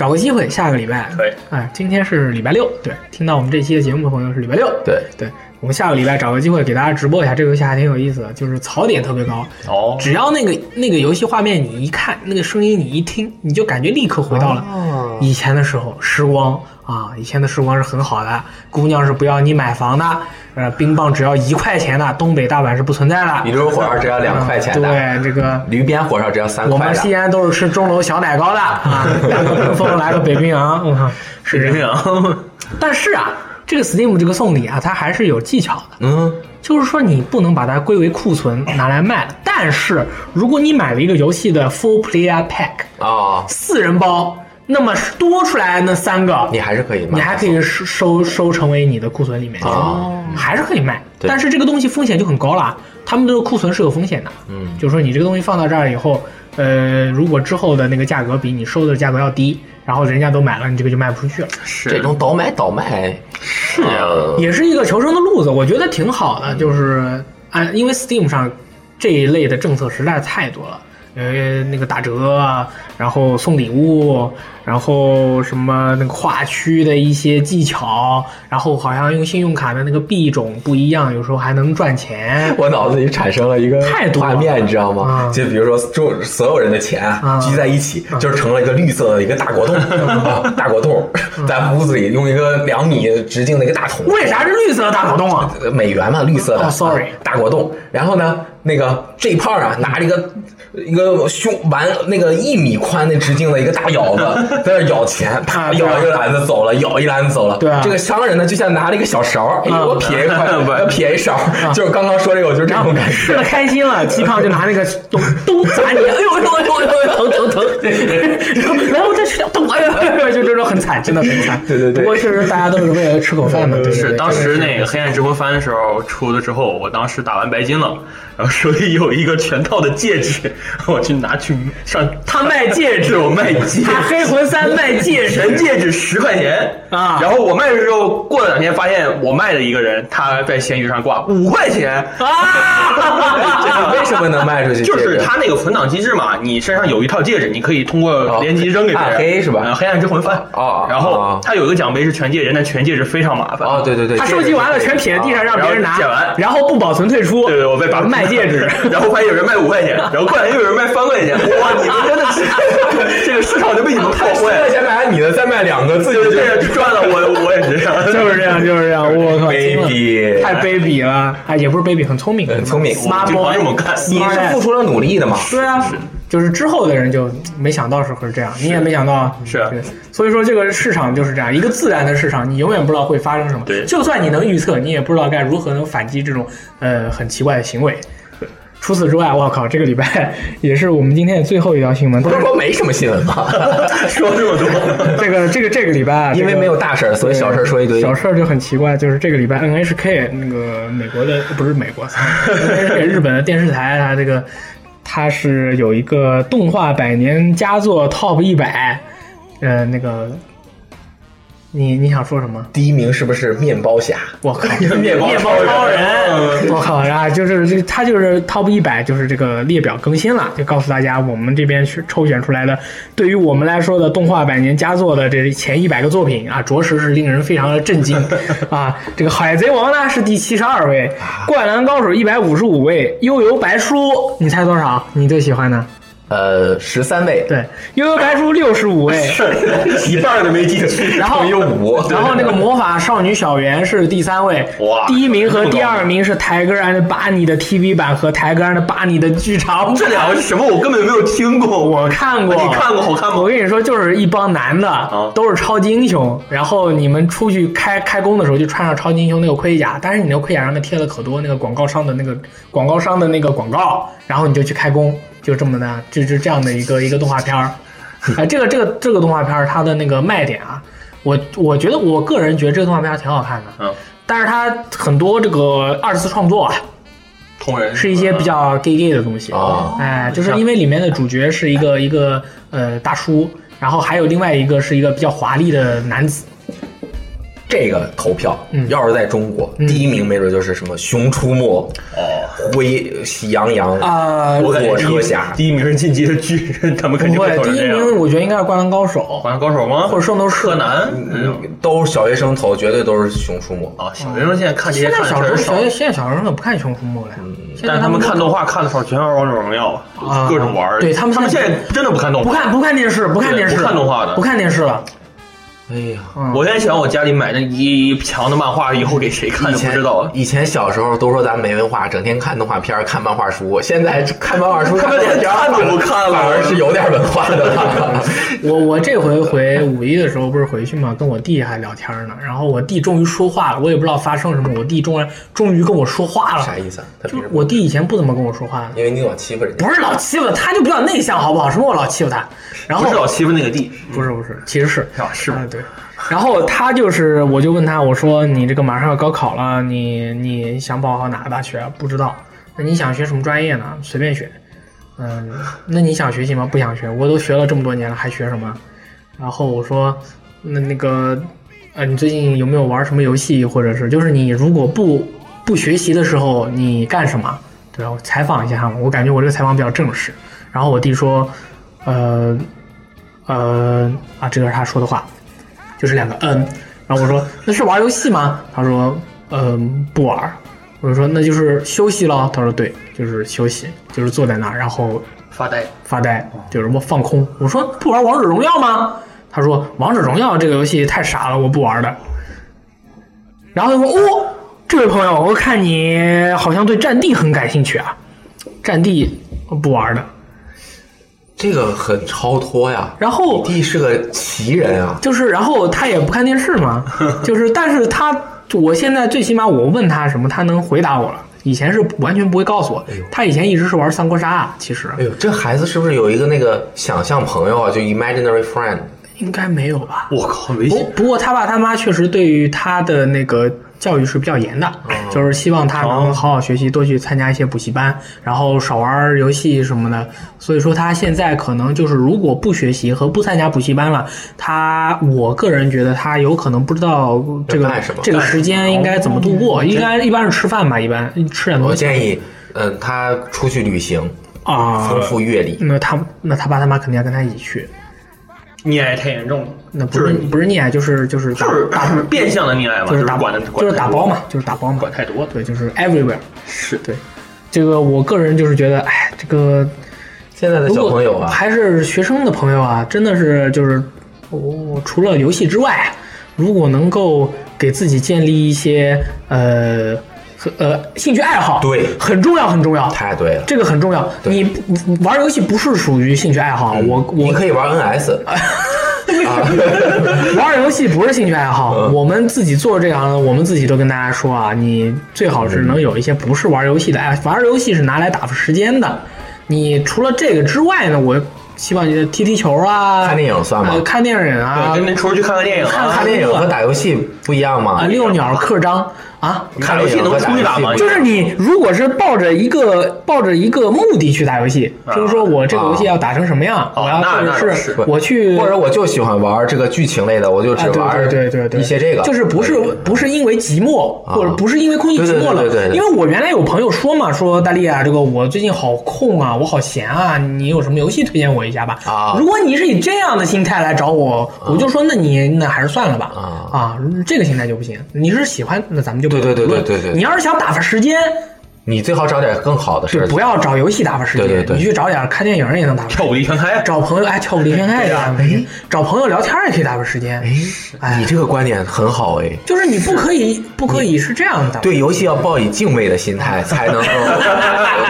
A: 找个机会，下个礼拜。
B: 对，
A: 哎，今天是礼拜六，对，听到我们这期的节目的朋友是礼拜六。
C: 对
A: 对，我们下个礼拜找个机会给大家直播一下这个游戏，还挺有意思的，就是槽点特别高。
B: 哦，
A: 只要那个那个游戏画面你一看，那个声音你一听，你就感觉立刻回到
C: 哦
A: 了以前的时候，时光啊，以前的时光是很好的，姑娘是不要你买房的，呃，冰棒只要一块钱的，东北大碗是不存在的，
C: 米粥火烧只要两块钱的，
A: 嗯对，这个
C: 驴鞭火烧只要三
A: 我
C: 块
A: 们
C: 的
A: 西。安都是吃钟楼小奶糕的 啊，来个冰峰，来个北冰洋，我靠，是这
B: 这
A: 样。
B: 样。
A: 但是啊，这个 Steam 这个送礼啊，它还是有技巧的。
C: 嗯，
A: 就是说你不能把它归为库存拿来卖了。但是如果你买了一个游戏的 Full Player Pack
C: 哦，
A: 四人包，那么多出来那三个，
C: 你还是可以买，
A: 你还可以收收收成为你的库存里面去，
C: 哦
A: 还是可以卖。
C: 对
A: 但是这个东西风险就很高了，他们这个库存是有风险的。
C: 嗯
A: 就是说你这个东西放到这儿以后，呃，如果之后的那个价格比你收的价格要低，然后人家都买了，你这个就卖不出去了。
B: 是
C: 这种倒买倒卖哎是
B: 啊
A: 也是一个求生的路子，我觉得挺好的。就是按因为 Steam 上这一类的政策实在太多了，呃，那个打折啊，然后送礼物，然后什么那个跨区的一些技巧，然后好像用信用卡的那个币种不一样，有时候还能赚钱。
C: 我脑子里产生了一个
A: 太多了
C: 画面，你知道吗？
A: 嗯
C: 就比如说，中所有人的钱啊
A: 嗯
C: 聚在一起，就是成了一个绿色的一个大果冻，啊大果冻，在屋子里用一个两米直径的一个大桶，
A: 嗯为啥是绿色的大果冻啊？
C: 呃美元嘛，绿色的、
A: 哦，sorry
C: 啊大果冻。然后呢，那个这一胖啊，拿着一个一个胸完那个一米宽的直径的一个大舀 子，在那儿舀钱，
A: 啊
C: 啪
A: 对啊
C: 舀一个篮子走了，舀一篮子走了。
A: 对啊
C: 这个商人呢，就像拿了一个小勺，哎
A: 啊
C: 我撇 一块，我撇一勺，就是刚刚说这个，我就是这种感
A: 吃
C: 觉
A: 的。开心了，鸡胖就拿那个东东砸你，哎呦哎呦哎呦哎呦，疼疼疼，然后然后再吃，咚哎呦哎呦，就这实很惨，真的很惨。
C: 对对对
A: 不过确实大家都是为了吃口饭嘛。对对对
B: 是当时
A: 真的
B: 那个黑暗直播番的时候出了之后，我当时打完白金了，然后手里有一个全套的戒指， 我去拿去上
A: 他卖戒指，
B: 我卖戒
A: 他
B: 指。
A: 黑魂三卖戒指
B: 人戒指十块钱
A: 啊
B: 然后我卖的时候，过了两天发现我卖的一个人他在闲鱼上挂五块钱，
A: 啊！
C: 为什么能卖出去戒指？
B: 就是他那个存档机制嘛，你身上有一套戒指，你可以通过联机扔给别人，
C: 暗哦啊黑是吧
B: 呃黑暗之魂翻
C: 哦哦
B: 然
C: 哦
B: 后它有一个奖杯是全戒指，但全戒指非常麻烦。
C: 哦，对对对，
A: 他收集完了全撇在地上
C: 啊
A: 让别人拿
B: 然后捡完，
A: 然后不保存退出。
B: 对对，我被把
A: 卖戒指。
B: 然后发现有人卖五块钱，然后过两天又有人卖三块钱，哇，你们真的是这个市场就被你们破
C: 我
B: 坏，
C: 先买你的，再卖两个，自己
B: 就这样就赚了，我我也是这样，
A: 就是这样，就是这样，我靠，真的
C: baby。
A: 太卑鄙了！哎，也不是卑鄙，很聪明，
C: 很嗯聪明
B: 我们
A: smart
B: 经常
A: boy
B: 这么干。
C: 你是付出了努力的嘛？
A: 对啊，就是之后的人就没想到是会这样，你也没想到啊
B: 是
A: 对所以说这个市场就是这样，一个自然的市场，你永远不知道会发生什么。
B: 对
A: 就算你能预测，你也不知道该如何能反击这种呃很奇怪的行为。除此之外，我靠，这个礼拜也是我们今天的最后一条新闻。
C: 不是说没什么新 闻吧？
B: 说这么多，
A: 这个这个这个礼拜啊，
C: 因为
A: 这个
C: 没有大事儿，所以小事儿说一堆。
A: 小事儿就很奇怪，就是这个礼拜 NHK 那个美国的不是美国 ，NHK 日本的电视台啊它这个它是有一个动画百年佳作 Top 一百，呃，那个你你想说什么？
C: 第一名是不是面包侠？
A: 我 靠！
B: 面包
A: 面包超
B: 人，
A: 我靠！然后就是这个，它就是 top 一百，就是这个列表更新了，就告诉大家我们这边去抽选出来的，对于我们来说的动画百年佳作的这前一百个作品啊，着实是令人非常的震惊啊！这个海贼王呢是第七十二位，灌篮高手一百五十五位，悠游白书你猜多少？你最喜欢的？
C: 呃，十三位，
A: 对，悠游白书六十五位。
B: 一半都没进去。
A: 然后
C: 乘以五
A: 然后那个魔法少女小圆是第三位，
B: 哇
A: 第一名和第二名是 Tiger and Bunny 的 TV 版和 Tiger and Bunny 的剧场
B: 这
A: 版。
B: 两个是什么？我根本没有听过。
A: 我看过，
B: 你看过好看吗啊
A: 我跟你说，就是一帮男的，都是超级英雄。然后你们出去开开工的时候，就穿上超级英雄那个盔甲，但是你那个盔甲上面贴了可多那个广告商的那个广告商的那个广告，然后你就去开工，就这么的，就就这样的一个一个动画片儿。哎，这个这个这个动画片儿它的那个卖点啊，我我觉得我个人觉得这个动画片儿挺好看的，
B: 嗯，
A: 但是它很多这个二次创作啊，
B: 同人呃
A: 是一些比较
B: 啊
A: gay gay 的东西
C: 哦
A: 哎，就是因为里面的主角是一个一个呃大叔，然后还有另外一个是一个比较华丽的男子，
C: 这个投票
A: 嗯
C: 要是在中国，
A: 嗯
C: 第一名没准就是什么《熊出没
B: 哦。》
C: 《灰喜羊羊》
A: 啊
B: 我感觉
C: 火
B: 第一
C: 车侠
B: 第一名是进击的巨人， 他们肯
A: 不
B: 定
A: 会，
B: 投
A: 第
B: 成
A: 一
B: 这样。嗯
A: 名我觉得应该是《灌篮高手
B: 灌篮高手吗？》
A: 或者《圣斗士》
B: 柯。南？嗯
C: 嗯都是小学生投，绝对都是《熊出没》。
B: 啊，小学生现在看这些
A: 现在
B: 看
A: 小
B: 的
A: 时候，
B: 确实少
A: 小，学现在小时候可不看《熊出没》了
B: 嗯
A: 呀，现在
B: 但他们看
A: 都
B: 动画看的少，全玩王者荣耀
A: 啊，
B: 各种玩儿。
A: 对他们
B: 他们
A: 现
B: 现
A: 在
B: 在真的不看动
A: 不
B: 画。
A: 看不看电视，不看
B: 对
A: 电视，
B: 不看动画的
A: 不看电视了。
C: 哎呀，
A: 嗯
B: 我现在想，我家里买那一墙的漫画，以后给谁看
C: 以
B: 就不
C: 前
B: 知 道了。
C: 以前小时候都说咱没文化，整天看动画片儿、看漫画书。现 在看漫画书、
B: 他们
C: 动画
B: 连
C: 片儿
B: 看都不看了，
C: 反而是有点文化 的了。
A: 我我这回回五一的时候不是回去嘛，跟我弟还聊天呢，然后我弟终于说话了，我也不知道发生什么，我弟终然终于跟我说话了
C: 啥。意思啊？他
A: 就
C: 凭
A: 是
C: 什么？
A: 我弟以前不怎么跟我说
B: 嗯
A: 话的，
C: 因为你老欺负人家。
A: 不是老欺负他，他就比较内向，好不好？什么我老欺负他？然后
B: 不是老欺负那个地，
A: 不是不是，其实是
B: 啊是
A: 啊对。然后他就是，我就问他，我说你这个马上要高考了，你你想报考哪个大学啊？不知道。那你想学什么专业呢？随便选。嗯，那你想学习吗？不想学，我都学了这么多年了，还学什么？然后我说，那那个，呃，你最近有没有玩什么游戏，或者是就是你如果不不学习的时候，你干什么？对吧？我采访一下他们，我感觉我这个采访比较正式。然后我弟说，呃，呃，啊，这个是他说的话，就是两个嗯。然后我说那是玩游戏吗？他说嗯不玩儿。我说那就是休息咯。他说对，就是休息，就是坐在那儿然后
B: 发呆。
A: 发呆，就是我放空。我说不玩王者荣耀吗？他说王者荣耀这个游戏太傻了，我不玩的。然后他说哦，这位朋友，我看你好像对战地很感兴趣啊，战地我不玩的。
C: 这个很超脱 呀。
A: 然后
C: 你弟是个奇人啊，
A: 就是，然后他也不看电视嘛，就是，但是他，我现在最起码我问他什么，他能回答我了。以前是完全不会告诉我，他以前一直是玩三国杀，其实
C: 哎哎呦，这孩子是不是有一个那个想象朋友啊？就 imaginary friend，
A: 应该没有吧？
B: 我靠，没
A: 不不过他爸他妈确实对于他的那个教育是比较严的，
C: 哦
A: 就是希望他能好好学习，多去参加一些补习班，然后少玩游戏什么的。所以说他现在可能就是如果不学习和不参加补习班了，他我个人觉得他有可能不知道这个
C: 干什么哦
A: 这个时间应该怎么度过，应该一般是吃饭吧，一般吃点东
C: 我
A: 西
C: 建议，嗯、他出去旅行，
A: 啊。
C: 丰富阅历。
A: 那他那他爸他妈肯定要跟他一起去，
B: 溺爱太严重了，
A: 那不
B: 就是是
A: 不是溺爱，就是就是打
B: 就是
A: 打
B: 变相的溺爱嘛，
A: 就是
B: 是
A: 打
B: 管的
A: 就是打包嘛，，就是打包嘛
B: 管，太多了。
A: 对，就是 everywhere。
B: 是
A: 对，这个我个人就是觉得，哎，这个
C: 现在的
A: 如
C: 小
A: 果
C: 朋友啊，
A: 还是学生的朋友啊，真的是就是，我、除了游戏之外，啊如果能够给自己建立一些呃和呃兴趣爱好，
C: 对
A: 很重要，很重要。
C: 太对了。
A: 这个很重要，
C: 对嗯
A: 你你玩游戏不是属于兴趣爱好，啊我啊
C: 你
A: 我
C: 可以玩 NS，
A: 玩游戏不是兴趣爱好，
C: 嗯
A: 我们自己做这行，我们自己都跟大家说啊，你最好是能有一些不是玩游戏的爱，玩游戏是拿来打发时间的。你除了这个之外呢，我希望你踢踢球啊，
C: 看电影算吗
A: 呃看电影啊
B: 对，，跟您出去看看电影
A: 看
B: 啊
C: 看，电影和打游戏不一样
A: 啊，
C: 嘛？
A: 遛鸟、刻章啊。
B: 看游戏能出去打吗
A: 就是你，如果是抱着一个抱着一个目的去打游戏，
B: 啊
A: 就是说我这个游戏要打成什么样，
B: 哦
A: 我要
B: 那
A: 或
B: 那
A: 者
B: 倒
A: 是
B: 是
A: 我去
C: 或者我就喜欢玩这个剧情类的，我就只
A: 啊
C: 玩
A: 对对对对对
C: 一些这个，
A: 就是不是不是因为寂寞，
C: 啊
A: 或者不是因为空气寂寞了，
C: 对对对对对
A: 因为我原来有朋友说嘛，说大力啊，这个我最近好空啊，我好闲啊，你有什么游戏推荐我一下吧？
C: 啊
A: 如果你是以这样的心态来找我，我就说那你那还是算了吧，
C: 啊
A: 这个心态就不行。你是喜欢，那咱们就
C: 对对对对对对对
A: 你要是想打发时间，
C: 你最好找点更好的事
A: 就
C: 儿
A: 不
C: 做。
A: 要找游戏打发时间，
C: 对对对
A: 你去找点看电影也能打发时
B: 跳
A: 间。
B: 舞一全开，
A: 找朋友哎，跳舞离天开也可以打发
C: 哎
A: 时间，找朋友聊天也可以打发时间。哎
C: 你这个观点很好哎，
A: 就是你不可以，不可以是这样的。，
C: 对游戏要抱以敬畏的心态，才能够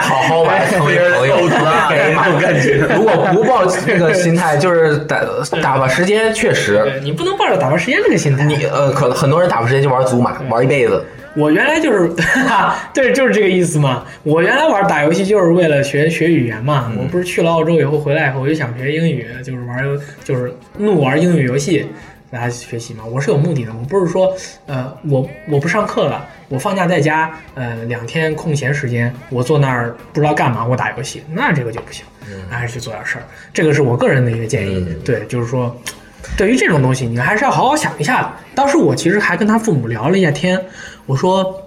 C: 好好玩，成为朋友。
B: 哎这种感觉
C: 如果不抱这个心态，就是打打发时间，确实，
A: 你不能抱着打发时间这个心态。
C: 你呃，可能很多人打发时间就玩祖玛，玩一辈子。
A: 我原来就是， 对，就是这个意思嘛。我原来玩打游戏就是为了学学语言嘛。我不是去了澳洲以后回来以后，我就想学英语，就是玩游，就是怒玩英语游戏来学习嘛。我是有目的的，我不是说，呃，我我不上课了，我放假在家，呃，两天空闲时间，我坐那儿不知道干嘛，我打游戏，那这个就不行，那还是去做点事儿。这个是我个人的一个建议，对，就是说。对于这种东西，你还是要好好想一下的。当时我其实还跟他父母聊了一下天，我说，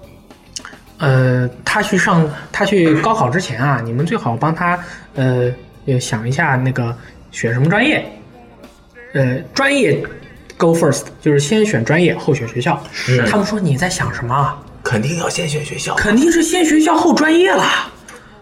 A: 呃，他去上他去高考之前啊，你们最好帮他呃也想一下那个选什么专业，呃，专业 go first，就是先选专业后选学校。他们说你在想什么啊？
C: 肯定要先选学校，
A: 肯定是先学校后专业了。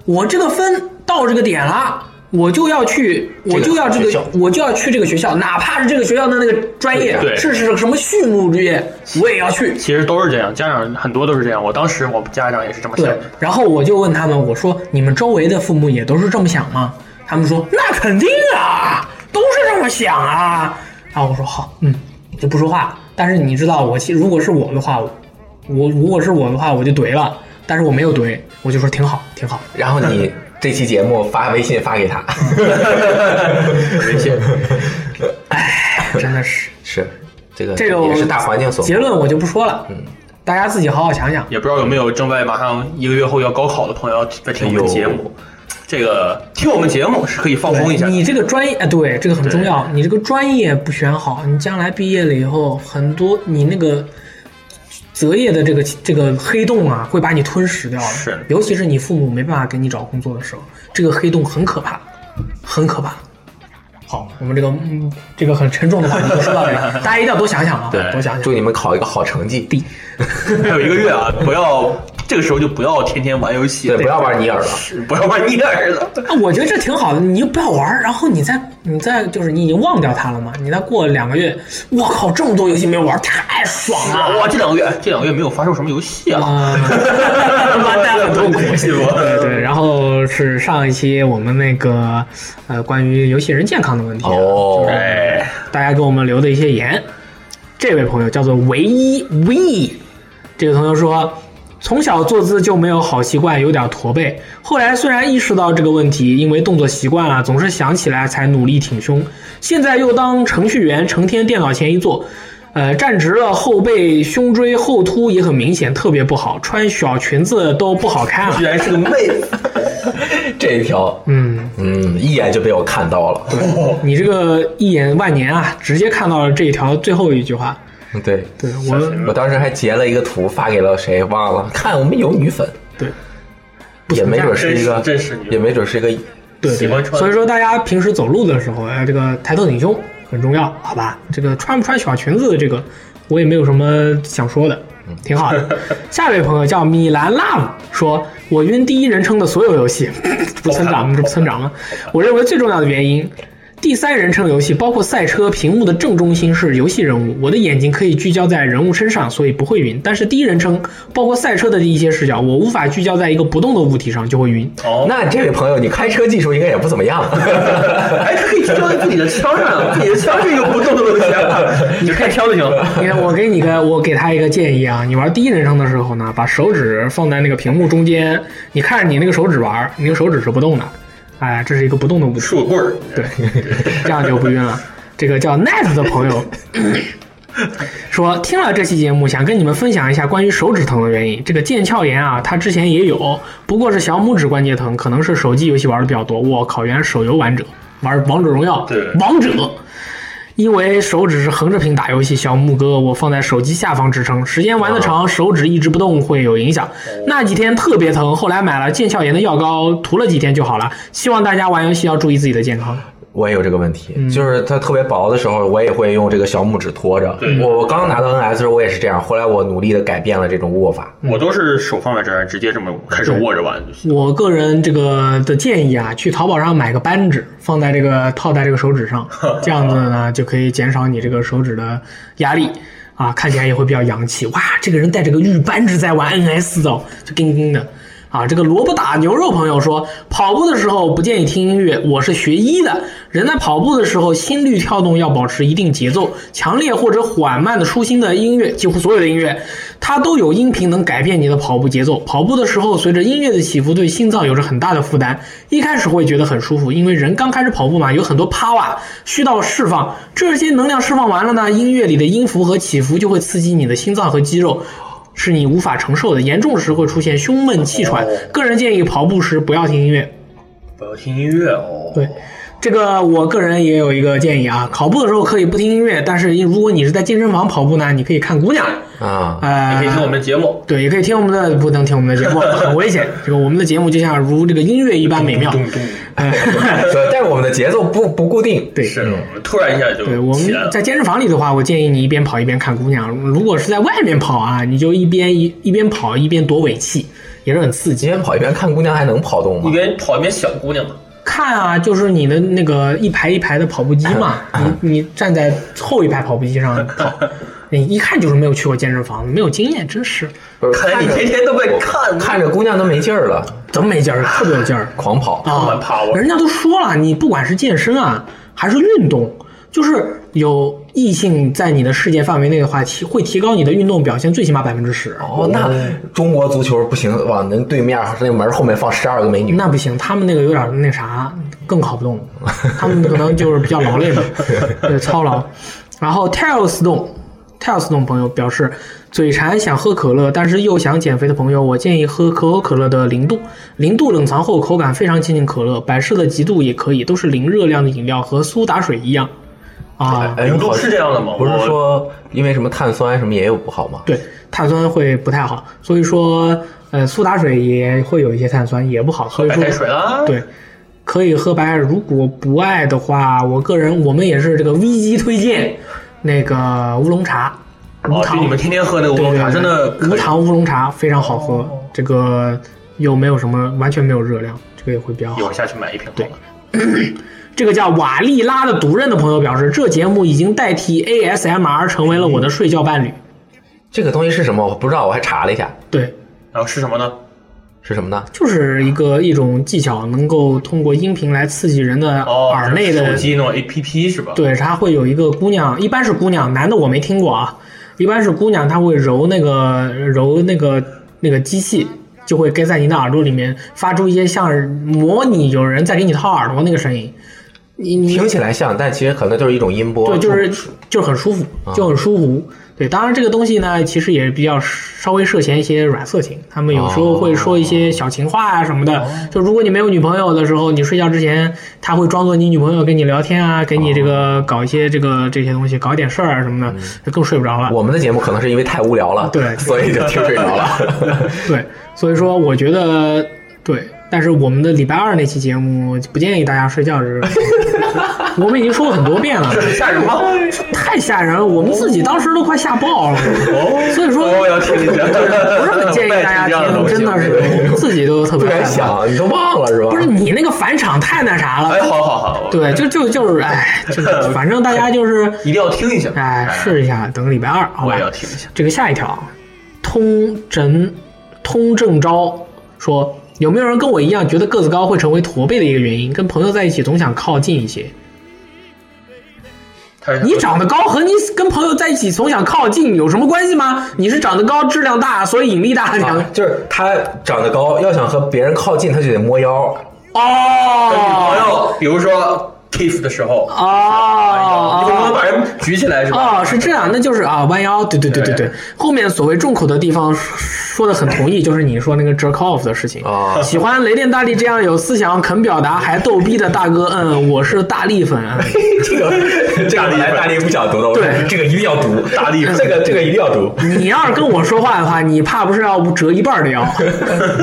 A: 我这个分到这个点了，我就要去，
C: 个
A: 我就要这
C: 学
A: 个，
C: 校
A: 我就要去这个学校，哪怕是这个学校的那个专业
B: 对
A: 是是什么畜牧专业，我也要去。
B: 其实都是这样，家长很多都是这样。我当时我家长也是这么想
A: 对
B: 的，，
A: 然后我就问他们，我说你们周围的父母也都是这么想吗？他们说那肯定啊，都是这么想啊。然后我说好，嗯，我就不说话了。但是你知道我，其如果是我的话，我我如果是我的话，我就怼了。但是我没有怼，我就说挺好，挺好。
C: 然后你这期节目发微信发给他，
B: 微信
A: 真的是。
C: 是这个
A: 这个
C: 也是大环境所
A: 结论我就不说了，嗯，大家自己好好想想。
B: 也不知道有没有正在马上一个月后要高考的朋友在听我们节目。
A: 哎
B: 这个听我们节目是可以放松一下的，
A: 你这个专业，哎，对，这个很重要。你这个专业不选好，你将来毕业了以后，很多你那个择业的这个这个黑洞啊，会把你吞噬掉的。
B: 是
A: 尤其是你父母没办法给你找工作的时候，这个黑洞很可怕，很可怕。好，我们这个嗯，这个很沉重的话题就说到这里， 大家一定要多想想啊，
B: 对
A: 多想想
C: 祝。你们考一个好成绩，
A: B
B: 还有一个月啊，不要这个时候就不要天天玩游戏
C: 对，，不要玩尼尔了。
B: 不要玩腻儿了。
A: 啊，我觉得这挺好的，你就不要玩儿，然后你再你再就是你已经忘掉它了嘛，你再过两个月，我靠，这么多游戏没有玩儿，太爽了！
B: 哇，这两个月这两个月没有发售什么游 戏啊？
A: 啊，完蛋了，多苦
B: 苦心我。
A: 对对，然后是上一期我们那个呃关于游戏人健康的问题、啊，
C: 哦，
B: 哎，
A: 大家给我们留的一些言。这位朋友叫做唯一 V，这个朋友说，从小坐姿就没有好习惯，有点驼背。后来虽然意识到这个问题，因为动作习惯啊了，总是想起来才努力挺胸。现在又当程序员，成天电脑前一坐，呃，站直了，后背、胸椎后凸也很明显，特别不好。穿小裙子都不好看啊
B: 居
A: 了。
B: 然是个啊妹子，
C: 这一条，
A: 嗯，
C: 嗯，一眼就被我看到了。
A: 你这个一眼万年啊，直接看到了这一条最后一句话。
C: 对，
A: 对我，
C: 我当时还截了一个图发给了谁，忘了。看我们有女粉，
A: 对
C: 也没准是一个，
B: 真是真是女
C: 也没准是一个。
A: 对
B: 喜
A: 对
B: 欢，穿
A: 所以说大家平时走路的时候，哎，这个抬头挺胸很重要，好吧？这个穿不穿小裙子，这个我也没有什么想说的，挺好 的。下一位朋友叫米兰 love 说，我晕第一人称的所有游 戏，不村 长吗？这不村长吗？我认为最重要的原因。第三人称游戏包括赛车，屏幕的正中心是游戏人物，我的眼睛可以聚焦在人物身上，所以不会晕。但是第一人称包括赛车的一些视角，我无法聚焦在一个不动的物体上，就会晕。
B: 哦，
C: 那这位朋友，你开车技术应该也不怎么 样。
B: 还哎可以挑在自己的枪 上，自己的枪是一个不动的东西啊，你就看枪就行了。
A: 你看，我给你个，我给他一个建议啊，你玩第一人称的时候呢，把手指放在那个屏幕中间，你看着你那个手指玩儿，你那个手指是不动的，哎，这是一个不动的物体，
B: 竖棍儿，
A: 对， 这样就不晕了。这个叫 Net 的朋友说，听了这期节目，想跟你们分享一下关于手指疼的原因。这个腱鞘炎啊，他之前也有，不过是小拇指关节疼，可能是手机游戏玩的比较多。我靠，原来手游玩者玩王者荣耀，
B: 对
A: 王者。因为手指是横着屏打游戏，小木哥我放在手机下方支撑，时间玩的长，手指一直不动会有影响。那几天特别疼，后来买了腱鞘炎的药膏，涂了几天就好了。希望大家玩游戏要注意自己的健康。
C: 我也有这个问
B: 嗯
C: 题，就是它特别薄的时候，我也会用这个小拇指托着。我我刚拿到 NS 的时候，我也是这样，后来我努力的改变了这种握法。
B: 我都是手放在这儿，直接这么开始握着玩就行。
A: 我个人这个的建议啊，去淘宝上买个扳指，放在这个套在这个手指上，这样子呢就可以减少你这个手指的压力啊，看起来也会比较洋气。哇，这个人带着个玉扳指在玩 NS 的哦，就叮叮的。啊，这个萝卜打牛肉朋友说，跑步的时候不建议听音乐，我是学医的，人在跑步的时候心率跳动要保持一定节奏，强烈或者缓慢的舒心的音乐，几乎所有的音乐，它都有音频能改变你的跑步节奏。跑步的时候，随着音乐的起伏，对心脏有着很大的负担，一开始会觉得很舒服，因为人刚开始跑步嘛，有很多趴哇需要释放，这些能量释放完了呢，音乐里的音符和起伏就会刺激你的心脏和肌肉。是你无法承受的，严重时会出现胸闷气喘。个人建议跑步时不要听音乐。
B: 不要听音乐哦。
A: 对，这个我个人也有一个建议啊，跑步的时候可以不听音乐，但是如果你是在健身房跑步呢，你可以看姑娘，
C: 啊，
B: 你
A: 呃
B: 可以，听我们的节目。
A: 对，也可以听我们的，不能听我们的节目，很危险。这个我们的节目就像如这个音乐一般美妙。
B: 咚咚，
A: 呃
C: 对，但是我们的节奏不不固定。
A: 对，
B: 是，我们突然一下就
A: 对，我
B: 起来了
A: 们。在健身房里的话，我建议你一边跑一边看姑娘；如果是在外面跑啊，你就一边一一边跑一边躲尾气，也是很刺激
C: 一。边跑一边看姑娘，还能跑动
B: 一
C: 吗？
B: 边跑一边想姑娘嘛，
A: 看啊，就是你的那个一排一排的跑步机 嘛，你你站在后一排跑步机上跑，你一看就是没有去过健身房，没有经验，真是
C: 不是
B: 看来
C: 看
B: 你
C: 着
B: 天天都被看
C: 看着姑娘都没劲儿了，
A: 怎么没劲儿，特别有 劲儿
C: 狂跑。
A: 啊
B: 满！power
A: 人家都说了，你不管是健身啊，还是运动，就是有异性在你的世界范围内的话，提会提高你的运动表现最起码百分之十。
C: 哦，那中国足球不行，往人对面那个门后面放十二个美女。
A: 那不行，他们那个有点那啥，更跑不动。他们可能就是比较劳累嘛，对，操劳。然后 Tailstone，Tailstone 朋友表示，嘴馋想喝可乐，但是又想减肥的朋友，我建议喝可口可乐的零度，零度冷藏后口感非常接近可乐，百事的极度也可以，都是零热量的饮料，和苏打水一样。啊，
C: 哎
B: 零度
C: 好
B: 是这样的吗
C: 不是
B: 我
C: 说因为什么碳酸什么也有不好吗？
A: 对，碳酸会不太好，所以说，呃，苏打水也会有一些碳酸，也不好，所以
B: 白
A: 说
B: 哎开水啦。
A: 对，可以喝白开水。如果不爱的话，我个人我们也是这个 V 级推荐那个乌龙茶，无
B: 哦，就
A: 糖
B: 你们天天喝那个乌
A: 对
B: 龙
A: 对
B: 茶，
A: 对
B: 真的可
A: 无
B: 以
A: 糖乌龙茶非常好喝，
B: 哦
A: 这个又没有什么完全没有热量，这个也会比较
B: 一会
A: 好
B: 儿。下去买一瓶。对，
A: 这个叫瓦利拉的独任的朋友表示，这节目已经代替 ASMR 成为了我的睡觉伴侣。
C: 这个东西是什么？我不知道，我还查了一下，
A: 对，
B: 然后是什么呢？
C: 是什么呢？
A: 就是一个一种技巧，能够通过音频来刺激人的
B: 哦，
A: 耳内的
B: 手机那种 APP 是吧？，
A: 对，它会有一个姑娘，一般是姑娘，男的我没听过啊，一般是姑娘，她会揉那个揉那个那个机器。就会跟在你的耳朵里面发出一些像模拟有人在给你掏耳朵那个声音，你你
C: 听起来像，但其实可能就是一种音波。
A: 对，就是就是很舒服，啊就很舒服。对，当然这个东西呢，其实也比较稍微涉嫌一些软色情，他们有时候会说一些小情话啊什么的。就如果你没有女朋友的时候，你睡觉之前，他会装作你女朋友跟你聊天啊，给你这个搞一些这个这些东西，搞一点事儿啊什么的，就更睡不着了。
C: 我们的节目可能是因为太无聊了，
A: 对
C: 所以就听睡 着了。
A: 对，所以说我觉得对，但是我们的礼拜二那期节目不建议大家睡觉 这，我们已经说过很多遍 了，
B: 吓人吗？
A: 太吓人了，我们自己当时都快吓爆了。
C: 哦
A: 所以说
B: 我哦要听一下，
A: 不是很建 议大家听，真的是我们自己都特
C: 突
A: 别害
C: 然
A: 怕。
C: 想，你都忘了是吧？
A: 不是你那个返场太那啥
B: 哎，
A: 了，
B: 好好好，我
A: 对，就就就是哎，就反正大家就是
B: 一定要听一下。
A: 哎试一下，等礼拜二好
B: 我
A: 吧
B: 也要。听一下。
A: 这个下一条，啊，通正通正昭说，有没有人跟我一样觉得个子高会成为驼背的一个原因？跟朋友在一起总想靠近一些。
B: 他是
A: 你长得高和你跟朋友在一起总想靠近有什么关系吗？你是长得高，质量大，所以引力大，两个、
C: 啊，就是他长得高，要想和别人靠近，他就得摸 腰。
B: 跟女朋
A: 哦
B: 友，比如说 kiss 的时候，哎你总不
A: 哦。
B: 能把人举起来是吧？
A: 哦，是这样，那就是啊，弯腰，对对对对对。
B: 对
A: 后面所谓重口的地方说的很同意，就是你说那个 jerk off 的事情
C: 啊
A: 喜欢雷电大力这样有思想、肯表达还逗逼的大哥，嗯，我是大力粉。嗯
C: 这个这个本来大力不想读的，我说
A: 对
C: 这个一定要读，
B: 大力
C: 这个这个一定要读。
A: 你要是跟我说话的话，你怕不是要折一半儿的腰？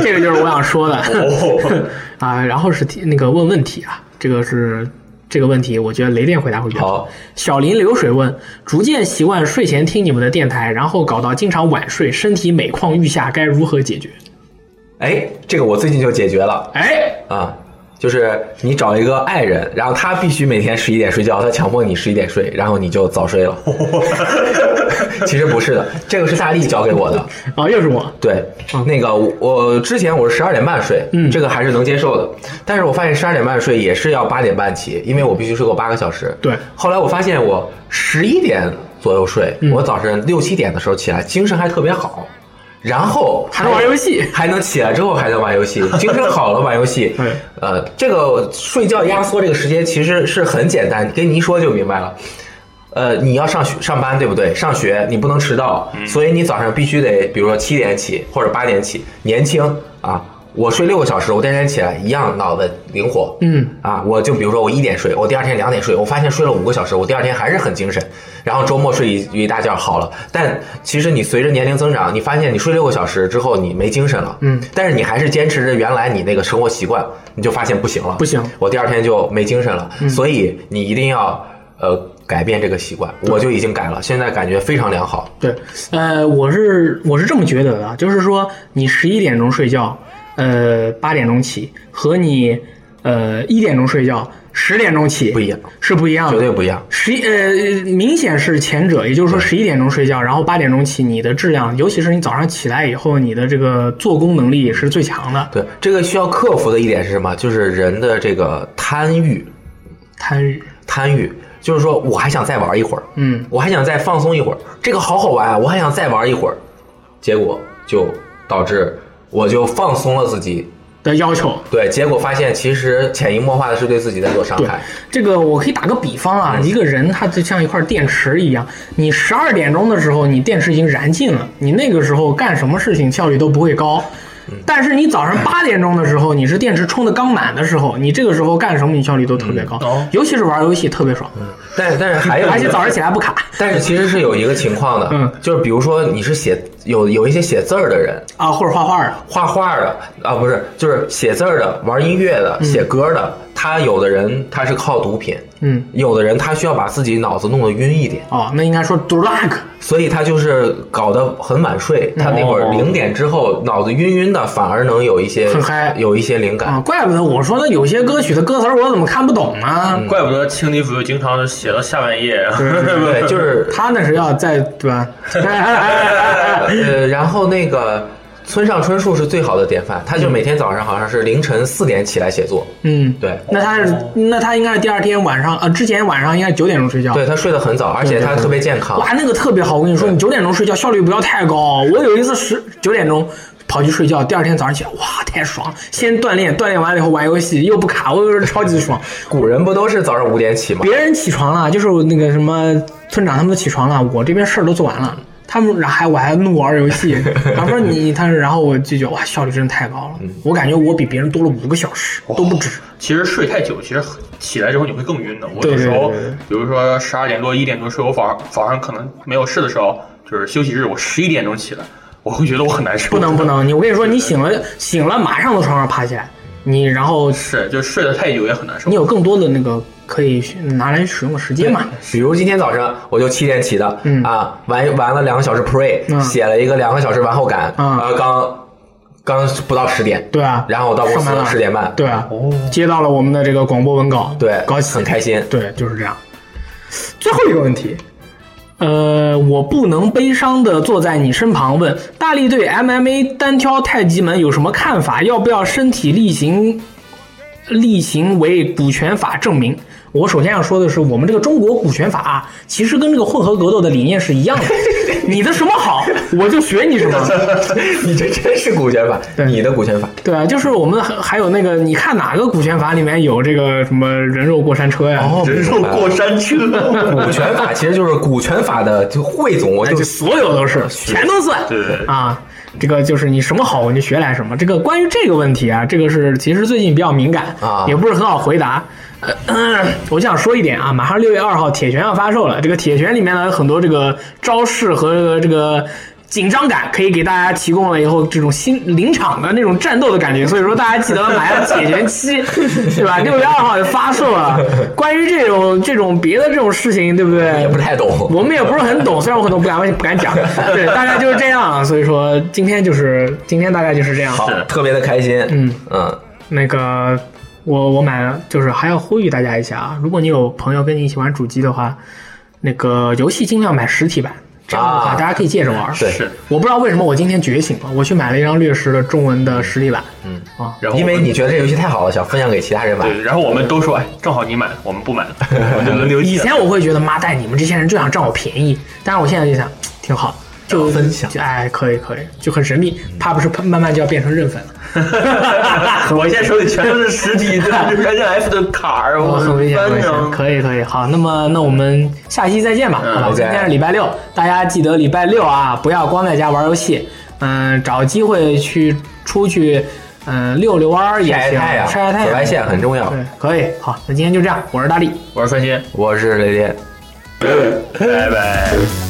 A: 这个就是我想说的。
B: 哦，
A: 啊，然后是提那个问问题啊，这个是这个问题，我觉得雷电回答会比较
C: 好。
A: 小林流水问：逐渐习惯睡前听你们的电台，然后搞到经常晚睡，身体每况愈下，该如何解决？
C: 哎，这个我最近就解决了
A: 哎，
C: 啊。就是你找一个爱人，然后他必须每天十一点睡觉，他强迫你十一点睡，然后你就早睡了。 其实不是的，这个是大力教给我的。
A: 哦，又是我，
C: 对，那个我我之前我是十二点半睡，
A: 嗯
C: 这个还是能接受的。但是我发现十二点半睡也是要八点半起，因为我必须睡够八个小时。
A: 对
C: 后来我发现我十一点左右睡，
A: 嗯
C: 我早晨六七点的时候起来，精神还特别好，然后
A: 还能玩游戏
C: 还能起来之后还能玩游戏，精神好了玩游戏
A: 对。
C: 呃，这个睡觉压缩这个时间其实是很简单，跟你一说就明白了。呃，你要上学上班对不对？上学你不能迟到，
A: 嗯
C: 所以你早上必须得，比如说七点起或者八点起。年轻啊，我睡六个小时，我第二天起来一样脑子灵活。
A: 嗯
C: 啊，我就比如说我一点睡，我第二天两点睡，我发现睡了五个小时，我第二天还是很精神。然后周末睡一一大觉好了，但其实你随着年龄增长，你发现你睡六个小时之后你没精神了，
A: 嗯，
C: 但是你还是坚持着原来你那个生活习惯，你就发现不行了，
A: 不行
C: 我第二天就没精神了。所以你一定要呃改变这个习惯，我就已经改了，现在感觉非常良好。
A: 对，呃，我是我是这么觉得的，啊就是说你十一点钟睡觉，呃，八点钟起，和你呃一点钟睡觉，十点钟起
C: 不一样，
A: 是不一样的，
C: 绝对不一样。
A: 十一呃，明显是前者，也就是说十一点钟睡觉，然后八点钟起，你的质量，尤其是你早上起来以后，你的这个做工能力也是最强的。
C: 对，这个需要克服的一点是什么？就是人的这个贪欲，
A: 贪欲，
C: 贪欲，就是说我还想再玩一会儿，
A: 嗯，
C: 我还想再放松一会儿，这个好好玩啊，我还想再玩一会儿，结果就导致我就放松了自己，
A: 的要求。
C: 对，结果发现其实潜移默化的是对自己在做伤
A: 对
C: 害，，
A: 啊这个我可以打个比方啊，
B: 嗯
A: 一个人他就像一块电池一样，你十二点钟的时候，你电池已经燃尽了，你那个时候干什么事情效率都不会高。
B: 嗯
A: 但是你早上八点钟的时候，你是电池充的刚满的时候，你这个时候干什么你效率都特别高，
B: 嗯哦嗯
A: 尤其是玩游戏特别爽，
C: 但但是还有
A: 而
C: 一
A: 且
C: 个
A: 早上起来不卡
C: 但是其实是有一个情况的，
A: 嗯
C: 就是比如说你是写有有一些写字儿的人，
A: 啊，或者画画的，
C: 画画的啊，不是，就是写字儿的、玩音乐的、写歌的，他有的人他是靠毒品，
A: 嗯，
C: 有的人他需要把自己脑子弄得晕一点，
A: 哦，那应该说 drug
C: 所以他就是搞得很晚睡，他那会儿零点之后脑子晕晕的，反而能有一些
A: 很嗨
C: 有一些灵感。
B: 嗯
A: 啊，怪不得我说那有些歌曲的歌词儿我怎么看不懂呢？
B: 怪不得清理辅经常写到下半夜。啊
A: 嗯
C: 对，就是
A: 他那是要在对吧？
C: 呃，然后那个村上春树是最好的典范，他就每天早上好像是凌晨四点起来写作，
A: 嗯，
C: 对。
A: 那他是那他应该是第二天晚上呃，之前晚上应该是九点钟睡觉。
C: 对他睡得很早，而且他特别健康。
A: 哇，那个特别好，我跟你说，你九点钟睡觉效率不要太高。我有一次十九点钟跑逃去睡觉，第二天早上起来，哇，太爽！先锻炼，锻炼完了以后玩游戏，又不卡，我就是超级爽。
C: 古人不都是早上五点起吗？
A: 别人起床了，就是那个什么村长他们都起床了，我这边事儿都做完了。他们还我还怒玩游戏，他说你他然后我就觉得哇效率真的太高了，我感觉我比别人多了五个小时都不止。
B: 其实睡太久，其实起来之后你会更晕的。我有
A: 对
B: 时候
A: 对对对，
B: 比如说十二点多、一点多睡，我早上早上可能没有事的时候，就是休息日，我十一点钟起来，我会觉得我很难受。
A: 不能不，能，你我跟你说，你醒了醒了，马上从床上爬起来，你然后
B: 是就睡得太久也很难受
A: 你。有更多的那个可以拿来使用的时间嘛？
C: 比如今天早上我就七点起的，
A: 嗯
C: 啊，玩玩了两个小时 pre，、
A: 嗯
C: 写了一个两个小时完后感，
A: 嗯
C: 呃，刚刚不到十点，
A: 对啊，
C: 然后我到公
A: 上班
C: 司
A: 了
C: 十点半，哦
A: 对啊，接到了我们的这个广播文稿，
C: 对，
A: 高兴
C: 很开心。
A: 对，就是这样。最后一个问题，呃，我不能悲伤的坐在你身旁问，大力对 MMA 单挑太极门有什么看法？要不要身体力行力行为股权法证明？我首先要说的是，我们这个中国股权法、啊、其实跟这个混合格斗的理念是一 样的。你的什么好，我就学你什么。
C: 你这真是股权法，
A: 对
C: 你的股权法，
A: 对啊，就是我们还还有那个，你看哪个股权法里面有这个什么人肉过山车呀？
C: 哦
B: 人肉过山车，
C: 股权法其实就是股权法的就汇总，我
A: 哎，
C: 就
A: 就所有都是，全都算。
B: 对对对
A: 啊，这个就是你什么好我就学来什么。这个关于这个问题啊，这个是其实最近比较敏感
C: 啊
A: 也不是很好回答。呃咳我想说一点啊，马上六月二号铁拳要发售了，这个铁拳里面呢有很多这个招式和这个。紧张感可以给大家提供了以后这种新临场的那种战斗的感觉，所以说大家记得买了铁拳七，对吧？六月二号就发售了。关于这种这种别的这种事情，对不对？
C: 也不太懂。
A: 我们也不是很懂，虽然我很多不敢不敢讲，对，大概就是这样。所以说今天就是今天大概就是这样。
C: 好
B: 是，
C: 啊特别的开心，
A: 嗯
C: 嗯，
A: 那个我我买了，就是还要呼吁大家一下啊，如果你有朋友跟你一起玩主机的话，那个游戏尽量买实体版，这样的话
C: 啊
A: 大家可以借着玩。
C: 对
B: 是，
A: 我不知道为什么我今天觉醒了，我去买了一张律师的中文的实体版。嗯啊，
B: 然后
C: 因为
B: 我们
C: 你觉得这游戏太好了，想分享给其他人玩。
B: 对，然后我们都说，哎，正好你买，我们不买了，我们就轮流
A: 以
B: 借。
A: 前我会觉得妈蛋，你们这些人就想占我便宜，但是我现在就想挺好，就
C: 分享
A: 就哎，可以可以，就很神秘，怕不是慢慢就要变成认粉 了。
B: 我现在手里全都是实体的 N F 的卡儿，
A: 我
B: 我
A: 哦很危险，很
B: 翻
A: 危险
B: 呢。
A: 可以可以，好，那么那我们下期再见吧，
B: 嗯
A: 好吧？今
C: 再见
A: 天是礼拜六，大家记得礼拜六啊，不要光在家玩游戏，嗯，找机会去出去，嗯，溜溜弯儿也
C: 晒晒
A: 行，
C: 太阳，
A: 晒晒太
C: 紫外
A: 阳，
C: 线很重要。
A: 对，可以，好，那今天就这样，我是大力，
B: 我是范鑫，
C: 我是雷电。
B: 拜拜。